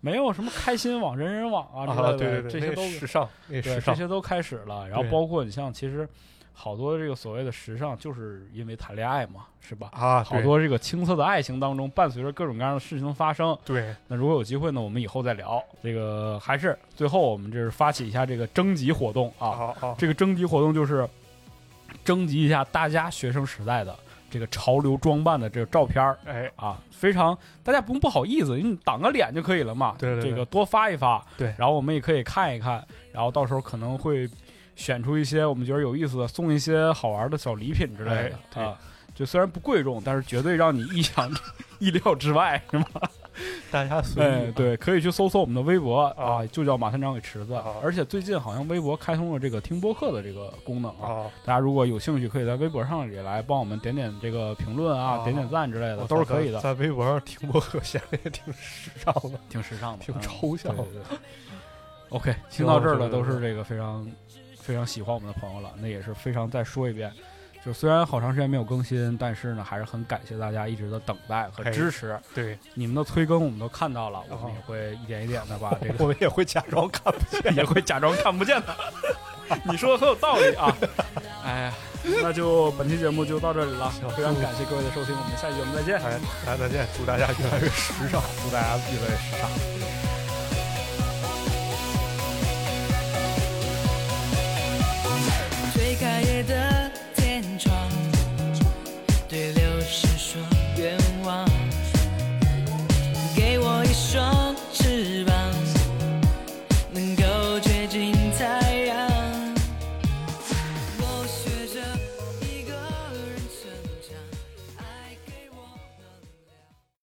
A: 没有什么开心网、人人网啊之类的，
B: 对对
A: 这
B: 对，
A: 些
B: 那
A: 都
B: 个时尚，那个时
A: 对这
B: 尚
A: 些都开始了。然后
B: 对
A: 包括你像，其实好多这个所谓的时尚，就是因为谈恋爱嘛，是吧？
B: 啊，
A: 好多这个青涩的爱情当中，伴随着各种各样的事情的发生。
B: 对
A: 那如果有机会呢，我们以后再聊。这个还是最后我们这是发起一下这个征集活动
B: 啊
A: 啊，
B: 啊
A: 这个征集活动就是征集一下大家学生时代的这个潮流装扮的这个照片儿
B: 哎，
A: 啊，非常大家不用不好意思，因为你挡个脸就可以了嘛。
B: 对对对
A: 这个多发一发，
B: 对
A: 然后我们也可以看一看，然后到时候可能会选出一些我们觉得有意思的，送一些好玩的小礼品之类的
B: 哎、对
A: 啊。就虽然不贵重，但是绝对让你意想意料之外，是吗？
B: 大家随
A: 哎
B: 意，
A: 对，可以去搜索我们的微博啊，就叫马探长与池子
B: 啊。
A: 而且最近好像微博开通了这个听播客的这个功能
B: 啊，
A: 啊，大家如果有兴趣，可以在微博上也来帮我们点点这个评论啊，
B: 啊
A: 点点赞之类的，
B: 我
A: 都是可以的。
B: 在在微博上听播客，显得也挺时尚的，
A: 挺时尚的，
B: 挺
A: 嗯
B: 抽象的
A: 对对对 OK，
B: 行
A: 听到这儿
B: 对
A: 了，
B: 对
A: 都
B: 对
A: 是这个非常非常喜欢我们的朋友了，那也是非常再说一遍，就虽然好长时间没有更新，但是呢，还是很感谢大家一直的等待和
B: 嘿
A: 支持。
B: 对，
A: 你们的催更我们都看到了，我
B: 哦
A: 们也会一点一点的把这
B: 我
A: 个
B: 们也会假装看不见。
A: 也会假装看不见的。 你说的很有道理啊！ 哎呀，那就本期节目就到这里了，非常感谢各位的收听，我们下期节目再见。
B: 哎，大家再见，祝大家越来越时尚，祝大家越来越时尚。
D: 「